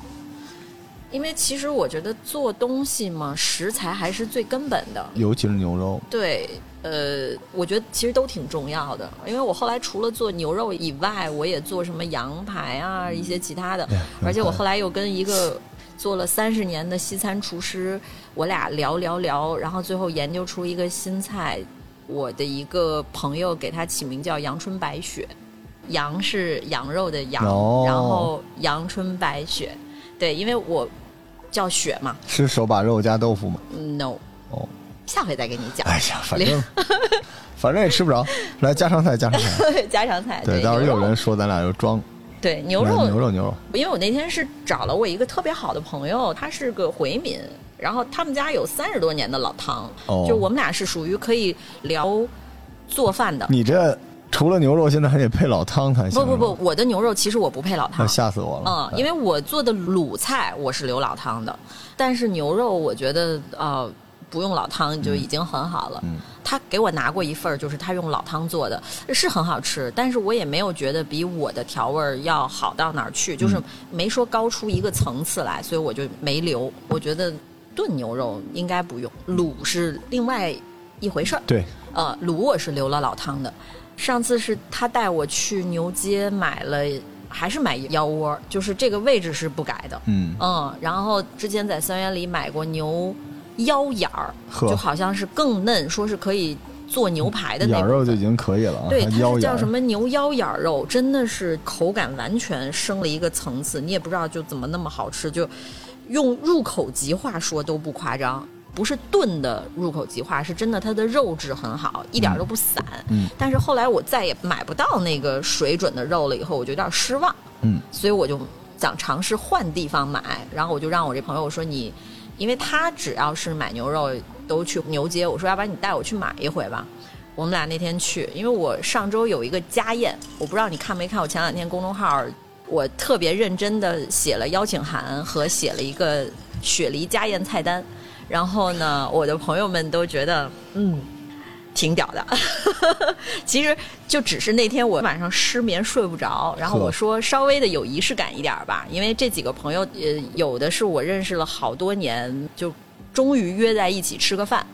Speaker 2: 因为其实我觉得做东西嘛，食材还是最根本的。
Speaker 1: 尤其是牛肉，
Speaker 2: 对，呃，我觉得其实都挺重要的。因为我后来除了做牛肉以外，我也做什么羊排啊，一些其他的
Speaker 1: 哎呀。
Speaker 2: 而且我
Speaker 1: 羊排
Speaker 2: 后来又跟一个做了三十年的西餐厨师，我俩聊聊聊，然后最后研究出一个新菜。我的一个朋友给它起名叫“阳春白雪”，羊是羊肉的羊，
Speaker 1: 哦
Speaker 2: 然后阳春白雪。对，因为我叫雪嘛
Speaker 1: 是手把肉加豆腐嘛。
Speaker 2: 嗯，no，
Speaker 1: 哦，
Speaker 2: 下回再给你讲。
Speaker 1: 哎呀，反 正反正也吃不着，来加上菜，加上菜。
Speaker 2: 家常菜，
Speaker 1: 哎对，待会儿
Speaker 2: 哎牛
Speaker 1: 又有
Speaker 2: 肉
Speaker 1: 人说咱俩又装
Speaker 2: 对牛
Speaker 1: 来
Speaker 2: 肉，啊
Speaker 1: 牛肉牛肉，
Speaker 2: 因为我那天是找了我一个特别好的朋友，他是个回民，然后他们家有三十多年的老汤，
Speaker 1: 哦
Speaker 2: 就我们俩是属于可以聊做饭的。
Speaker 1: 你这除了牛肉，现在还得配老汤才行。
Speaker 2: 不不不，，我的牛肉其实我不配老
Speaker 1: 那
Speaker 2: 汤。
Speaker 1: 吓死我啊了。哎
Speaker 2: 嗯，因为我做的鲁菜我是留老汤的，但是牛肉我觉得呃不用老汤就已经很好了。
Speaker 1: 嗯
Speaker 2: 他给我拿过一份儿，就是他用老汤做的，是很好吃，但是我也没有觉得比我的调味儿要好到哪儿去，就是没说高出一个层次来，所以我就没留。我觉得炖牛肉应该不用，卤是另外一回事儿。
Speaker 1: 对，
Speaker 2: 呃，卤我是留了老汤的。上次是他带我去牛街买了，还是买腰窝，就是这个位置是不改的。
Speaker 1: 嗯，
Speaker 2: 嗯，然后之前在三元里买过牛腰眼儿，
Speaker 1: 呵
Speaker 2: 就好像是更嫩，说是可以做牛排的那
Speaker 1: 眼嗯
Speaker 2: 种。
Speaker 1: 肉就已经可以了啊。
Speaker 2: 对，
Speaker 1: 还
Speaker 2: 它
Speaker 1: 腰
Speaker 2: 是
Speaker 1: 眼
Speaker 2: 叫
Speaker 1: 儿
Speaker 2: 什？么牛腰眼儿肉，真的是口感完全升了一个层次，你也不知道就怎么那么好吃，就用入口即化说都不夸张，不是炖的入口即化，是真的它的肉质很好，一点儿都不散。
Speaker 1: 嗯
Speaker 2: 但是后来我再也买不到那个水准的肉了，以后我就有点失望。
Speaker 1: 嗯，
Speaker 2: 所以我就想尝试换地方买，然后我就让我这朋友说你，因为他只要是买牛肉都去牛街，我说要不然你带我去买一回吧。我们俩那天去，因为我上周有一个家宴，我不知道你看没看我前两天公众号，我特别认真的写了邀请函和写了一个雪梨家宴菜单，然后呢，我的朋友们都觉得嗯。挺屌的， 其实就只是那天我晚上失眠睡不着，然后
Speaker 1: 呵
Speaker 2: 我说稍微的有仪式感一点儿吧，因为这几个朋友，呃，有的是我认识了好多年，就终于约在一起吃个饭，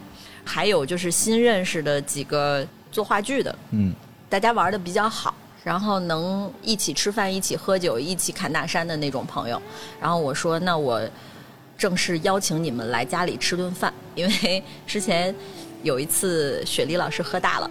Speaker 2: 还有就是新认识的几个做话剧的，
Speaker 1: 嗯，
Speaker 2: 大家玩的比较好，然后能一起吃饭、一起喝酒、一起侃大山的那种朋友。然后我说，那我正式邀请你们来家里吃顿饭，因为之前有一次雪梨老师喝大了，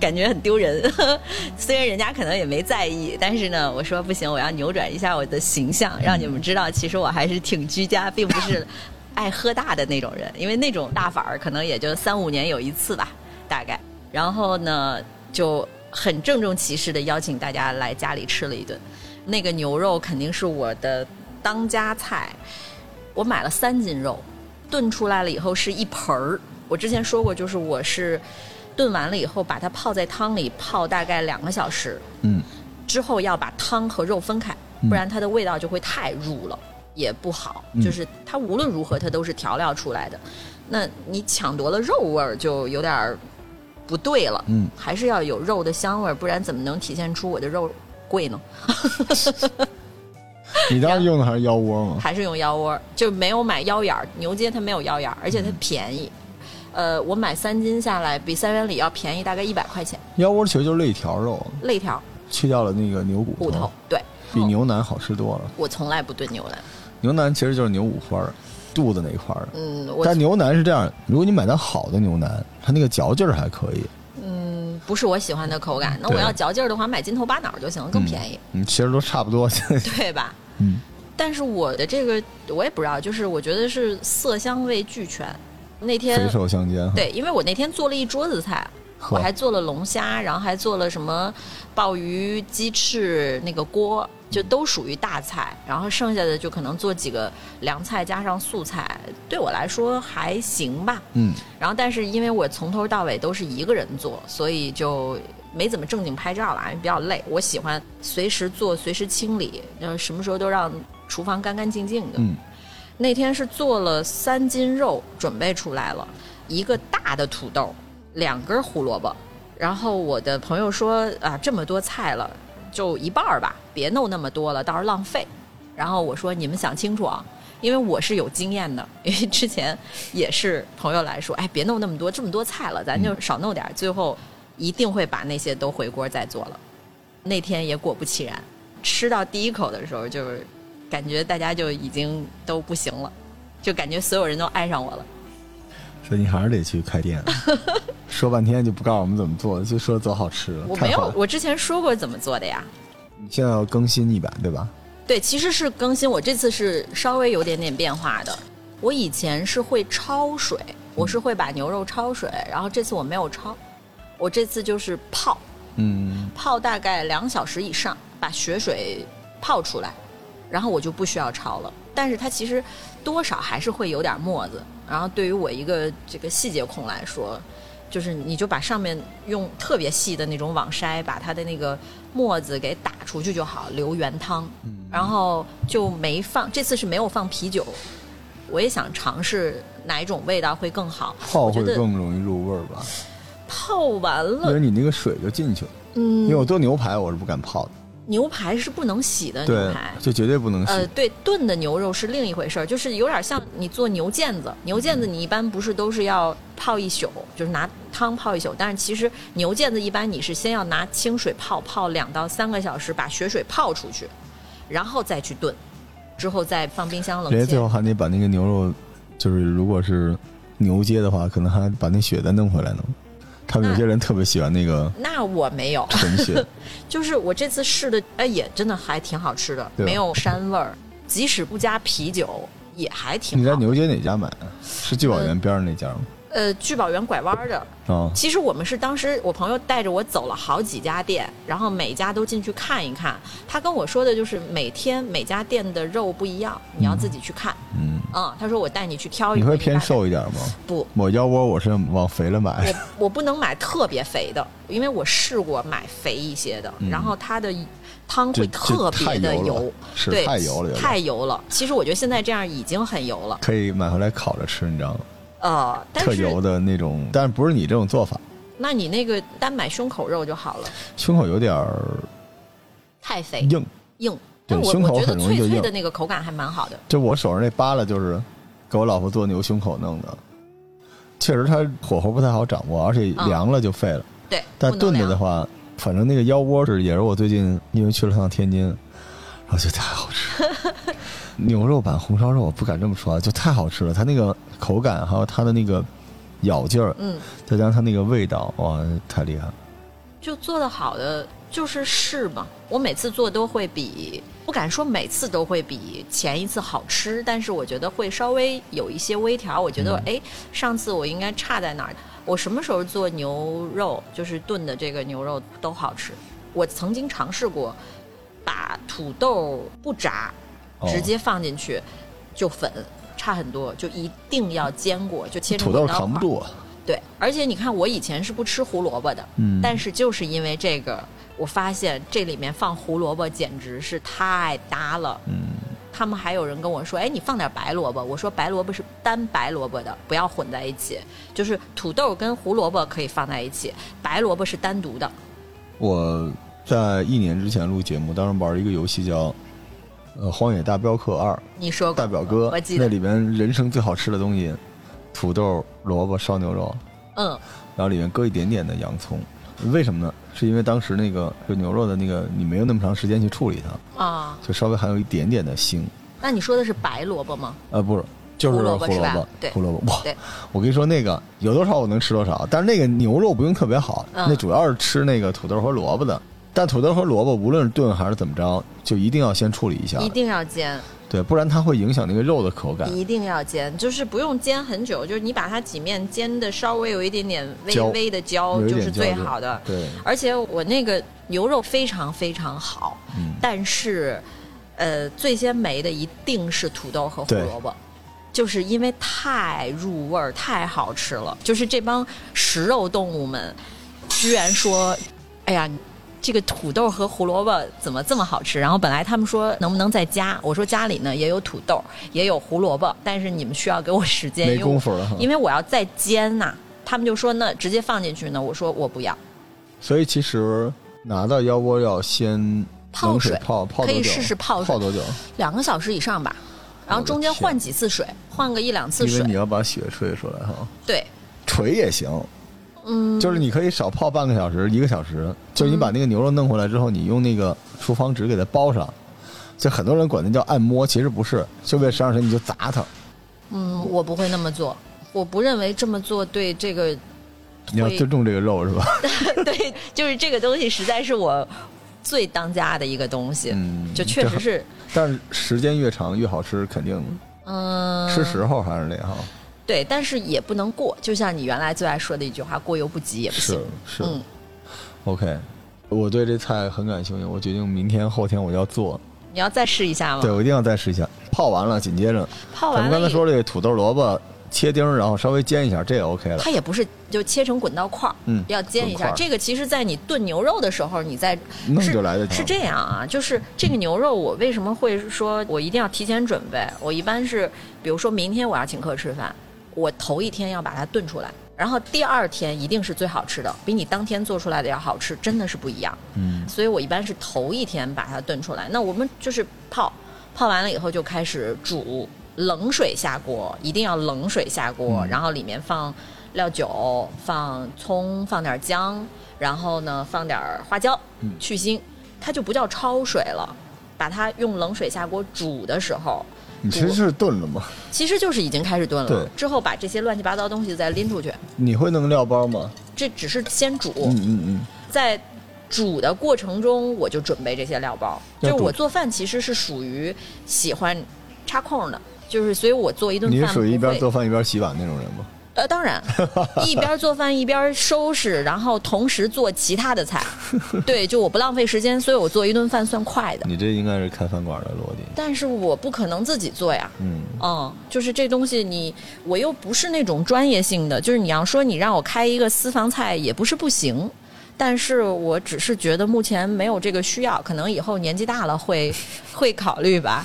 Speaker 2: 感觉很丢人。 虽然人家可能也没在意，但是呢，我说不行，我要扭转一下我的形象，让你们知道，其实我还是挺居家，并不是爱喝大的那种人，因为那种大法儿可能也就三五年有一次吧，大概。然后呢，就很郑重其事的邀请大家来家里吃了一顿。那个牛肉肯定是我的当家菜，我买了三斤肉，炖出来了以后是一盆儿。我之前说过，就是我是炖完了以后把它泡在汤里泡大概两个小时，
Speaker 1: 嗯，
Speaker 2: 之后要把汤和肉分开，不然它的味道就会太入了，也不好。就是它无论如何它都是调料出来的，那你抢夺了肉味儿就有点儿不对了。
Speaker 1: 嗯，
Speaker 2: 还是要有肉的香味儿，不然怎么能体现出我的肉贵呢？
Speaker 1: 嗯你当时用的还是腰窝 吗？
Speaker 2: 还是用腰窝儿，就没有买腰眼儿。牛街它没有腰眼儿，而且它便宜。
Speaker 1: 嗯
Speaker 2: 呃，我买三斤下来比三元里要便宜大概一百块钱，
Speaker 1: 腰窝其实就是肋条肉，
Speaker 2: 肋条、
Speaker 1: 去掉了那个牛骨
Speaker 2: 骨头，对。
Speaker 1: 哦
Speaker 2: 哦
Speaker 1: 比
Speaker 2: 后，
Speaker 1: 牛腩好吃多了。
Speaker 2: 我从来不炖牛腩。
Speaker 1: 牛腩其实就是牛五花儿，肚子那一块儿。
Speaker 2: 嗯，我
Speaker 1: 但牛腩是这样，如果你买到好的牛腩，它那个嚼劲儿还可以。
Speaker 2: 嗯不是我喜欢的口感。那
Speaker 1: 嗯
Speaker 2: 我
Speaker 1: 对
Speaker 2: 要嚼劲儿的话，买筋头巴脑就行了，更便宜，
Speaker 1: 嗯，其实都差不多。
Speaker 2: 对吧？
Speaker 1: 嗯，
Speaker 2: 但是我的这个我也不知道，就是我觉得是色香味俱全。那
Speaker 1: 肥
Speaker 2: 天
Speaker 1: 瘦相间哈。
Speaker 2: 对，因为我那天做了一桌子菜，
Speaker 1: 呵
Speaker 2: 我还做了龙虾，然后还做了什么鲍鱼、鸡翅那个锅，就都属于大菜。然后剩下的就可能做几个凉菜加上素菜，对我来说还行吧。
Speaker 1: 嗯，
Speaker 2: 然后，但是因为我从头到尾都是一个人做，所以就没怎么正经拍照了，因为比较累。我喜欢随时做，随时清理，然后什么时候都让厨房干干净净的。
Speaker 1: 嗯
Speaker 2: 那天是做了三斤肉，准备出来了，一个大的土豆，两根胡萝卜。然后我的朋友说啊，这么多菜了，就一半儿吧，别弄那么多了，到时候浪费。然后我说你们想清楚啊，因为我是有经验的，因为之前也是朋友来说，哎，别弄那么多，这么多菜了，咱就少弄点儿，最后一定会把那些都回锅再做了。那天也果不其然，吃到第一口的时候，就是感觉大家就已经都不行了，就感觉所有人都爱上我了。
Speaker 1: 所以你还是得去开 店。说半天就不告诉我们怎么做，就说做好吃的。
Speaker 2: 我
Speaker 1: 太
Speaker 2: 没
Speaker 1: 好
Speaker 2: 有
Speaker 1: 了，，
Speaker 2: 我之前说过怎么做的呀。
Speaker 1: 你现在要更新一版对吧？
Speaker 2: 对，其实是更新，我这次是稍微有点点变化的。我以前是会焯水，我是会把牛肉焯水，然后这次我没有焯，我这次就是泡，
Speaker 1: 嗯，
Speaker 2: 泡大概两小时以上，把血水泡出来，然后我就不需要焯了。但是它其实多少还是会有点沫子。然后对于我一个这个细节控来说，就是你就把上面用特别细的那种网筛把它的那个沫子给打出去就好，留原汤。
Speaker 1: 嗯
Speaker 2: 然后就没放，这次是没有放啤酒。我也想尝试哪一种味道会更好。
Speaker 1: 泡
Speaker 2: 我觉
Speaker 1: 会
Speaker 2: 得
Speaker 1: 更容易入味儿吧，
Speaker 2: 泡完
Speaker 1: 因为
Speaker 2: 了，
Speaker 1: 你那个水就进去了。因为
Speaker 2: 嗯，
Speaker 1: 我做牛排我是不敢泡的，
Speaker 2: 牛排是不能洗的嗯牛
Speaker 1: 对
Speaker 2: 排，。
Speaker 1: 就绝对不能
Speaker 2: 呃
Speaker 1: 洗，。
Speaker 2: 对，炖的牛肉是另一回事儿，就是有点像你做牛腱子，牛腱
Speaker 1: 嗯
Speaker 2: 子你一般不是都是要泡一宿，就是拿汤泡一宿，但是其实牛腱子一般你是先要拿清水泡泡两到三个小时，把血水泡出去，然后再去炖，之后再放冰箱冷
Speaker 1: 人家最
Speaker 2: 却
Speaker 1: 后。还得把那个牛肉，就是如果是牛街的话，可能还把那血再弄回来呢。他们有些人特别喜欢那个
Speaker 2: 那我没有，
Speaker 1: 纯 血，
Speaker 2: 就是我这次试的，哎，也真的还挺好吃的，
Speaker 1: 对吧
Speaker 2: 没有膻味儿，即使不加啤酒也还挺
Speaker 1: 你
Speaker 2: 好。
Speaker 1: 在牛街哪家买啊？是聚宝园边上那家吗？
Speaker 2: 呃，聚宝园拐弯儿的
Speaker 1: 啊，
Speaker 2: 其实我们是当时我朋友带着我走了好几家店，然后每家都进去看一看。他跟我说的就是每天每家店的肉不一样，你要自己去看。
Speaker 1: 嗯，
Speaker 2: 嗯，他说我带你去挑一
Speaker 1: 你
Speaker 2: 个。
Speaker 1: 会偏
Speaker 2: 大概？
Speaker 1: 瘦一点吗？
Speaker 2: 不，
Speaker 1: 我腰窝我是往肥了买，
Speaker 2: 我不能买特别肥的，因为我试过买肥一些的，
Speaker 1: 嗯
Speaker 2: 然后它的汤
Speaker 1: 这
Speaker 2: 会
Speaker 1: 这
Speaker 2: 特
Speaker 1: 太
Speaker 2: 别的
Speaker 1: 油了
Speaker 2: 油，，
Speaker 1: 是
Speaker 2: 对，
Speaker 1: 太油了，有点
Speaker 2: 太油了。其实我觉得现在这样已经很油了，
Speaker 1: 可以买回来烤着吃，你知道吗？
Speaker 2: 呃，但
Speaker 1: 特
Speaker 2: 是
Speaker 1: 油的那种，但不是你这种做法，
Speaker 2: 那你那个单买胸口肉就好了，
Speaker 1: 胸口有点儿
Speaker 2: 太肥
Speaker 1: 硬，
Speaker 2: 硬。
Speaker 1: 对
Speaker 2: 但我
Speaker 1: 胸口
Speaker 2: 我觉得
Speaker 1: 很容易就
Speaker 2: 脆脆
Speaker 1: 硬
Speaker 2: 的那个口感还蛮好的。
Speaker 1: 就我手上那疤了，就是给我老婆做牛胸口弄的，确实它火候不太好掌握，而且
Speaker 2: 嗯
Speaker 1: 凉了就废了。
Speaker 2: 对，
Speaker 1: 但
Speaker 2: 不能
Speaker 1: 炖着
Speaker 2: 凉
Speaker 1: 的话，反正那个腰窝是也是我最近因为去了趟天津，然后就太好吃。 牛肉版红烧肉，我不敢这么说啊，就太好吃了。它那个口感，还有它的那个咬劲儿，
Speaker 2: 嗯，
Speaker 1: 再加上它那个味道，哇，太厉害了！
Speaker 2: 就做的好的就是试嘛。我每次做都会比，不敢说每次都会比前一次好吃，但是我觉得会稍微有一些微调。我觉
Speaker 1: 嗯
Speaker 2: 得，哎、上次我应该差在哪儿？我什么时候做牛肉，就是炖的这个牛肉都好吃。我曾经尝试过，把土豆不炸，
Speaker 1: 哦
Speaker 2: 直接放进去就粉，差很多，就一定要煎过，就切成
Speaker 1: 土豆
Speaker 2: 滚刀
Speaker 1: 扛不
Speaker 2: 块儿
Speaker 1: 住啊，
Speaker 2: 对，而且你看，我以前是不吃胡萝卜的，
Speaker 1: 嗯
Speaker 2: 但是就是因为这个，我发现这里面放胡萝卜简直是太搭了。
Speaker 1: 嗯，
Speaker 2: 他们还有人跟我说：“哎，你放点白萝卜。”我说：“白萝卜是单白萝卜的，不要混在一起。就是土豆跟胡萝卜可以放在一起，白萝卜是单独的。
Speaker 1: 我在一年之前录节目，当时玩一个游戏叫呃《荒野大镖客二》，
Speaker 2: 你说
Speaker 1: 大
Speaker 2: 过，
Speaker 1: 表哥
Speaker 2: 我记得
Speaker 1: 那里边人生最好吃的东西，土豆、萝卜、烧牛肉，
Speaker 2: 嗯，
Speaker 1: 然后里面搁一点点的洋葱，为什么呢？是因为当时那个就牛肉的那个，你没有那么长时间去处理它，
Speaker 2: 啊。
Speaker 1: 就稍微还有一点点的腥。
Speaker 2: 那你说的是白萝卜吗？
Speaker 1: 呃，不是，就是
Speaker 2: 胡
Speaker 1: 胡
Speaker 2: 萝
Speaker 1: 萝
Speaker 2: 卜
Speaker 1: 卜，
Speaker 2: 是吧对
Speaker 1: 胡萝卜。哇
Speaker 2: 对，
Speaker 1: 我跟你说，那个有多少我能吃多少，但是那个牛肉不用特别好，
Speaker 2: 嗯
Speaker 1: 那主要是吃那个土豆和萝卜的。但土豆和萝卜无论是炖还是怎么着，就一定要先处理一下，
Speaker 2: 一定要煎，
Speaker 1: 对，不然它会影响那个肉的口感。
Speaker 2: 一定要煎，就是不用煎很久，就是你把它几面煎的稍微有一点点微
Speaker 1: 焦
Speaker 2: 微的焦，
Speaker 1: 有一
Speaker 2: 就
Speaker 1: 点
Speaker 2: 是
Speaker 1: 焦
Speaker 2: 最
Speaker 1: 就
Speaker 2: 好的。
Speaker 1: 对，
Speaker 2: 而且我那个牛肉非常非常好，
Speaker 1: 嗯，
Speaker 2: 但是，呃，最先没的一定是土豆和胡
Speaker 1: 对
Speaker 2: 萝卜，就是因为太入味儿，太好吃了。就是这帮食肉动物们，居然说：“哎呀，这个土豆和胡萝卜怎么这么好吃？”然后本来他们说能不能再加，我说家里呢也有土豆，也有胡萝卜，但是你们需要给我时间，
Speaker 1: 没
Speaker 2: 因为我
Speaker 1: 工夫了哈。
Speaker 2: 因为我要再煎呐、他们就说：“那直接放进去呢？”我说：“我不要。”
Speaker 1: 所以其实拿到腰窝要先
Speaker 2: 泡
Speaker 1: 冷水
Speaker 2: 水
Speaker 1: 泡泡
Speaker 2: 可
Speaker 1: 多
Speaker 2: 以
Speaker 1: 久？
Speaker 2: 试试泡水
Speaker 1: 泡多久？
Speaker 2: 两个小时以上吧，然后中间换几次
Speaker 1: 哦
Speaker 2: 水，换个一两次
Speaker 1: 因为你
Speaker 2: 水。
Speaker 1: 要把血吹出来哈，
Speaker 2: 对，
Speaker 1: 锤也行，
Speaker 2: 嗯，
Speaker 1: 就是你可以少泡半个小时、一个小时，就是你把那个牛肉弄回来之后，你用那个厨房纸给它包上。就很多人管那叫按摩，其实不是，就为省点时间你就砸它，
Speaker 2: 嗯，我不会那么做，我不认为这么做对这个，
Speaker 1: 你要
Speaker 2: 会
Speaker 1: 尊重这个肉 是吧？
Speaker 2: 对，就是这个东西实在是我最当家的一个东西，
Speaker 1: 嗯，
Speaker 2: 就确
Speaker 1: 这
Speaker 2: 实是，
Speaker 1: 但是时间越长越好吃，肯定
Speaker 2: 嗯，
Speaker 1: 是时候还是得哈，
Speaker 2: 对，但是也不能过，就像你原来最爱说的一句话，过犹不及也不行
Speaker 1: 是。是。
Speaker 2: 嗯，
Speaker 1: OK，我对这菜很感兴趣，我决定明天后天我要做，
Speaker 2: 你要再试一下吗
Speaker 1: 对？我一定要再试一下。泡完了，紧接着
Speaker 2: 泡
Speaker 1: 咱
Speaker 2: 完
Speaker 1: 们
Speaker 2: 了
Speaker 1: 刚才
Speaker 2: 以
Speaker 1: 说这个土豆萝卜切丁儿，然后稍微煎一下，这也 OK 了
Speaker 2: 它。也不是就切成滚刀块儿，
Speaker 1: 嗯
Speaker 2: 要煎一
Speaker 1: 滚
Speaker 2: 下。
Speaker 1: 块儿
Speaker 2: 这个其实，在你炖牛肉的时候，你在
Speaker 1: 弄
Speaker 2: 是
Speaker 1: 就来得及
Speaker 2: 是这样啊，就是这个牛肉，我为什么会说我一定要提前准备？我一般是，比如说明天我要请客吃饭，我头一天要把它炖出来，然后第二天一定是最好吃的，比你当天做出来的要好吃，真的是不一样。
Speaker 1: 嗯，
Speaker 2: 所以我一般是头一天把它炖出来。那我们就是泡，泡完了以后就开始煮，冷水下锅，一定要冷水下锅，
Speaker 1: 嗯
Speaker 2: 然后里面放料酒、放葱、放点姜，然后呢放点花椒
Speaker 1: 嗯
Speaker 2: 去腥，它就不叫焯水了。把它用冷水下锅煮的时候，
Speaker 1: 你其实是炖了嘛？
Speaker 2: 其实就是已经开始炖了
Speaker 1: 对。
Speaker 2: 之后把这些乱七八糟东西再拎出去，
Speaker 1: 你会弄料包吗？
Speaker 2: 这只是先煮。
Speaker 1: 嗯嗯嗯，
Speaker 2: 在煮的过程中，我就准备这些料包。就
Speaker 1: 要
Speaker 2: 是
Speaker 1: 煮
Speaker 2: 我做饭其实是属于喜欢插空的，就是所以我做一顿
Speaker 1: 你
Speaker 2: 饭
Speaker 1: 是属于一
Speaker 2: 不会
Speaker 1: 边做饭一边洗碗那种人吗？
Speaker 2: 呃，当 然一边做饭一边收拾，然后同时做其他 的菜。对，就我不浪费时间，所以我做一顿饭算快的。
Speaker 1: 你这应该是开饭馆的逻辑。
Speaker 2: 但是我不可能自己做呀。
Speaker 1: 嗯，
Speaker 2: 嗯，就是这东西你，我又不是那种专业性的，就是你要说你让我开一个私房菜也不是不行，但是我只是觉得目前没有这个需要，可能以后年纪大 了会会考虑吧。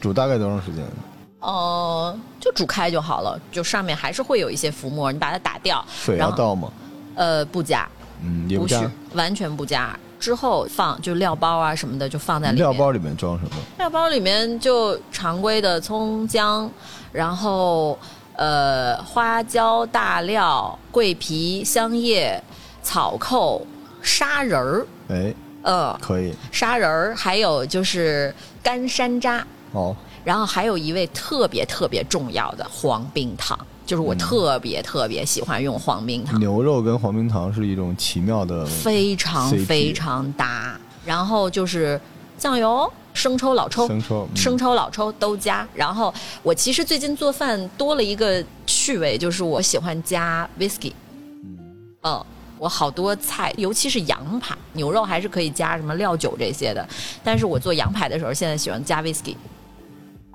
Speaker 1: 煮大概多长时间？嗯
Speaker 2: 呃，就煮开就好了，就上面还是会有一些浮沫，你把它打掉，
Speaker 1: 水
Speaker 2: 然
Speaker 1: 要
Speaker 2: 后
Speaker 1: 倒吗？
Speaker 2: 呃，不加，
Speaker 1: 嗯，也
Speaker 2: 不
Speaker 1: 不
Speaker 2: 许
Speaker 1: 加。，
Speaker 2: 完全不加。之后放就料包啊什么的就放在里面，
Speaker 1: 料包里面装什么？
Speaker 2: 料包里面就常规的葱姜，然后呃花椒、大料、桂皮、香叶、草扣、砂仁儿，
Speaker 1: 哎，
Speaker 2: 呃，
Speaker 1: 可以
Speaker 2: 砂仁儿，还有就是干山楂，
Speaker 1: 哦，
Speaker 2: 然后还有一味特别特别重要的黄冰糖，就是我特别特别喜欢用黄冰糖，
Speaker 1: 牛肉跟黄冰糖是一种奇妙的
Speaker 2: 非常
Speaker 1: CP
Speaker 2: 非常搭。然后就是酱油、生抽、老抽，
Speaker 1: 生抽，嗯
Speaker 2: 生抽、老抽都加。然后我其实最近做饭多了一个趣味，就是我喜欢加 whisky。嗯，我好多菜，尤其是羊排、牛肉还是可以加什么料酒这些的，但是我做羊排的时候，现在喜欢加 whisky，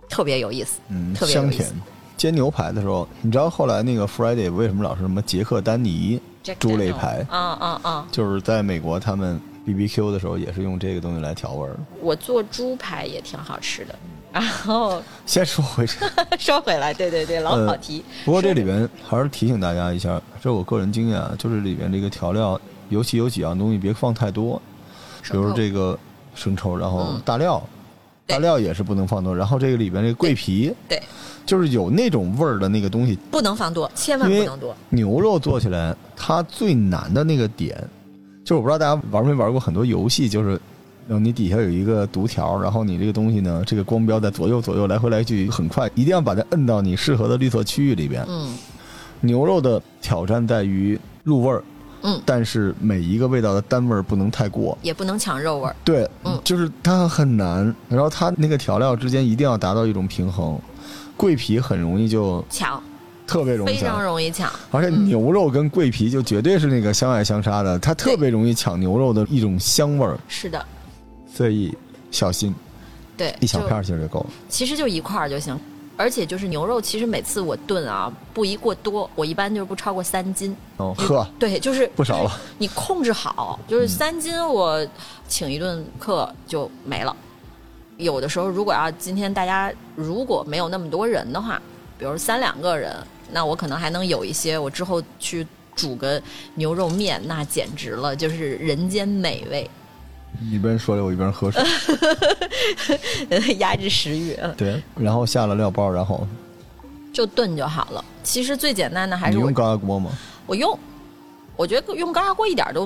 Speaker 2: 特别有意思。
Speaker 1: 嗯，
Speaker 2: 特别有
Speaker 1: 香
Speaker 2: 意思
Speaker 1: 甜。煎牛排的时候，你知道后来那个 Friday 为什么老是什么杰克丹尼
Speaker 2: Jack
Speaker 1: 猪肋
Speaker 2: Daniel
Speaker 1: 排？
Speaker 2: 嗯嗯嗯，
Speaker 1: 就是在美国他们 B B Q 的时候也是用这个东西来调味儿的。
Speaker 2: 我做猪排也挺好吃的。然后
Speaker 1: 先说回 这，
Speaker 2: 说回来，对对对，老
Speaker 1: 呃
Speaker 2: 跑题。
Speaker 1: 不过这里边还是提醒大家一下，这是我个人经验啊，就是里边这个调料，尤其有几样东西别放太多，比如
Speaker 2: 生
Speaker 1: 说
Speaker 2: 抽
Speaker 1: 这个生抽，然后
Speaker 2: 嗯
Speaker 1: 大料，
Speaker 2: 对
Speaker 1: 大料也是不能放多。然后这个里边这个桂皮，
Speaker 2: 对，
Speaker 1: 就是有那种味儿的那个东西，
Speaker 2: 不能放多，千万
Speaker 1: 因
Speaker 2: 不
Speaker 1: 为
Speaker 2: 能多。
Speaker 1: 牛肉做起来它最难的那个点，就是我不知道大家玩没玩过很多游戏，就是让你底下有一个读条，然后你这个东西呢，这个光标在左右左右来回来去，很快，一定要把它摁到你适合的绿色区域里边。
Speaker 2: 嗯
Speaker 1: 牛肉的挑战在于入味儿，
Speaker 2: 嗯，
Speaker 1: 但是每一个味道的单味儿不能太过。
Speaker 2: 也不能抢肉味儿。
Speaker 1: 对，
Speaker 2: 嗯
Speaker 1: 就是它很难，然后它那个调料之间一定要达到一种平衡。桂皮很容易就
Speaker 2: 抢，
Speaker 1: 特别容易
Speaker 2: 非
Speaker 1: 抢
Speaker 2: 常，容易抢。
Speaker 1: 而且牛肉跟桂皮就绝对是那个相爱相杀的，它特别容易抢牛肉的一种香味儿，
Speaker 2: 是的，
Speaker 1: 所以小心
Speaker 2: 对，
Speaker 1: 一小
Speaker 2: 就
Speaker 1: 片儿其实就够了。
Speaker 2: 其实就一块儿就行。而且就是牛肉，其实每次我炖啊，不宜过多，我一般就是不超过三斤。
Speaker 1: 哦，呵，
Speaker 2: 对，就是
Speaker 1: 不嗯少了。
Speaker 2: 你控制好，就是三斤我请一顿客就没了。有的时候，如果要今天大家如果没有那么多人的话，比如三两个人，那我可能还能有一些。我之后去煮个牛肉面，那简直了，就是人间美味，
Speaker 1: 一边说着我一边喝水。
Speaker 2: 压制食欲。嗯
Speaker 1: 对，然后下了料包，然后
Speaker 2: 就炖就好了。其实最简单的还
Speaker 1: 你
Speaker 2: 是我
Speaker 1: 用高压锅吗？
Speaker 2: 我用，我觉得用高压锅一点儿都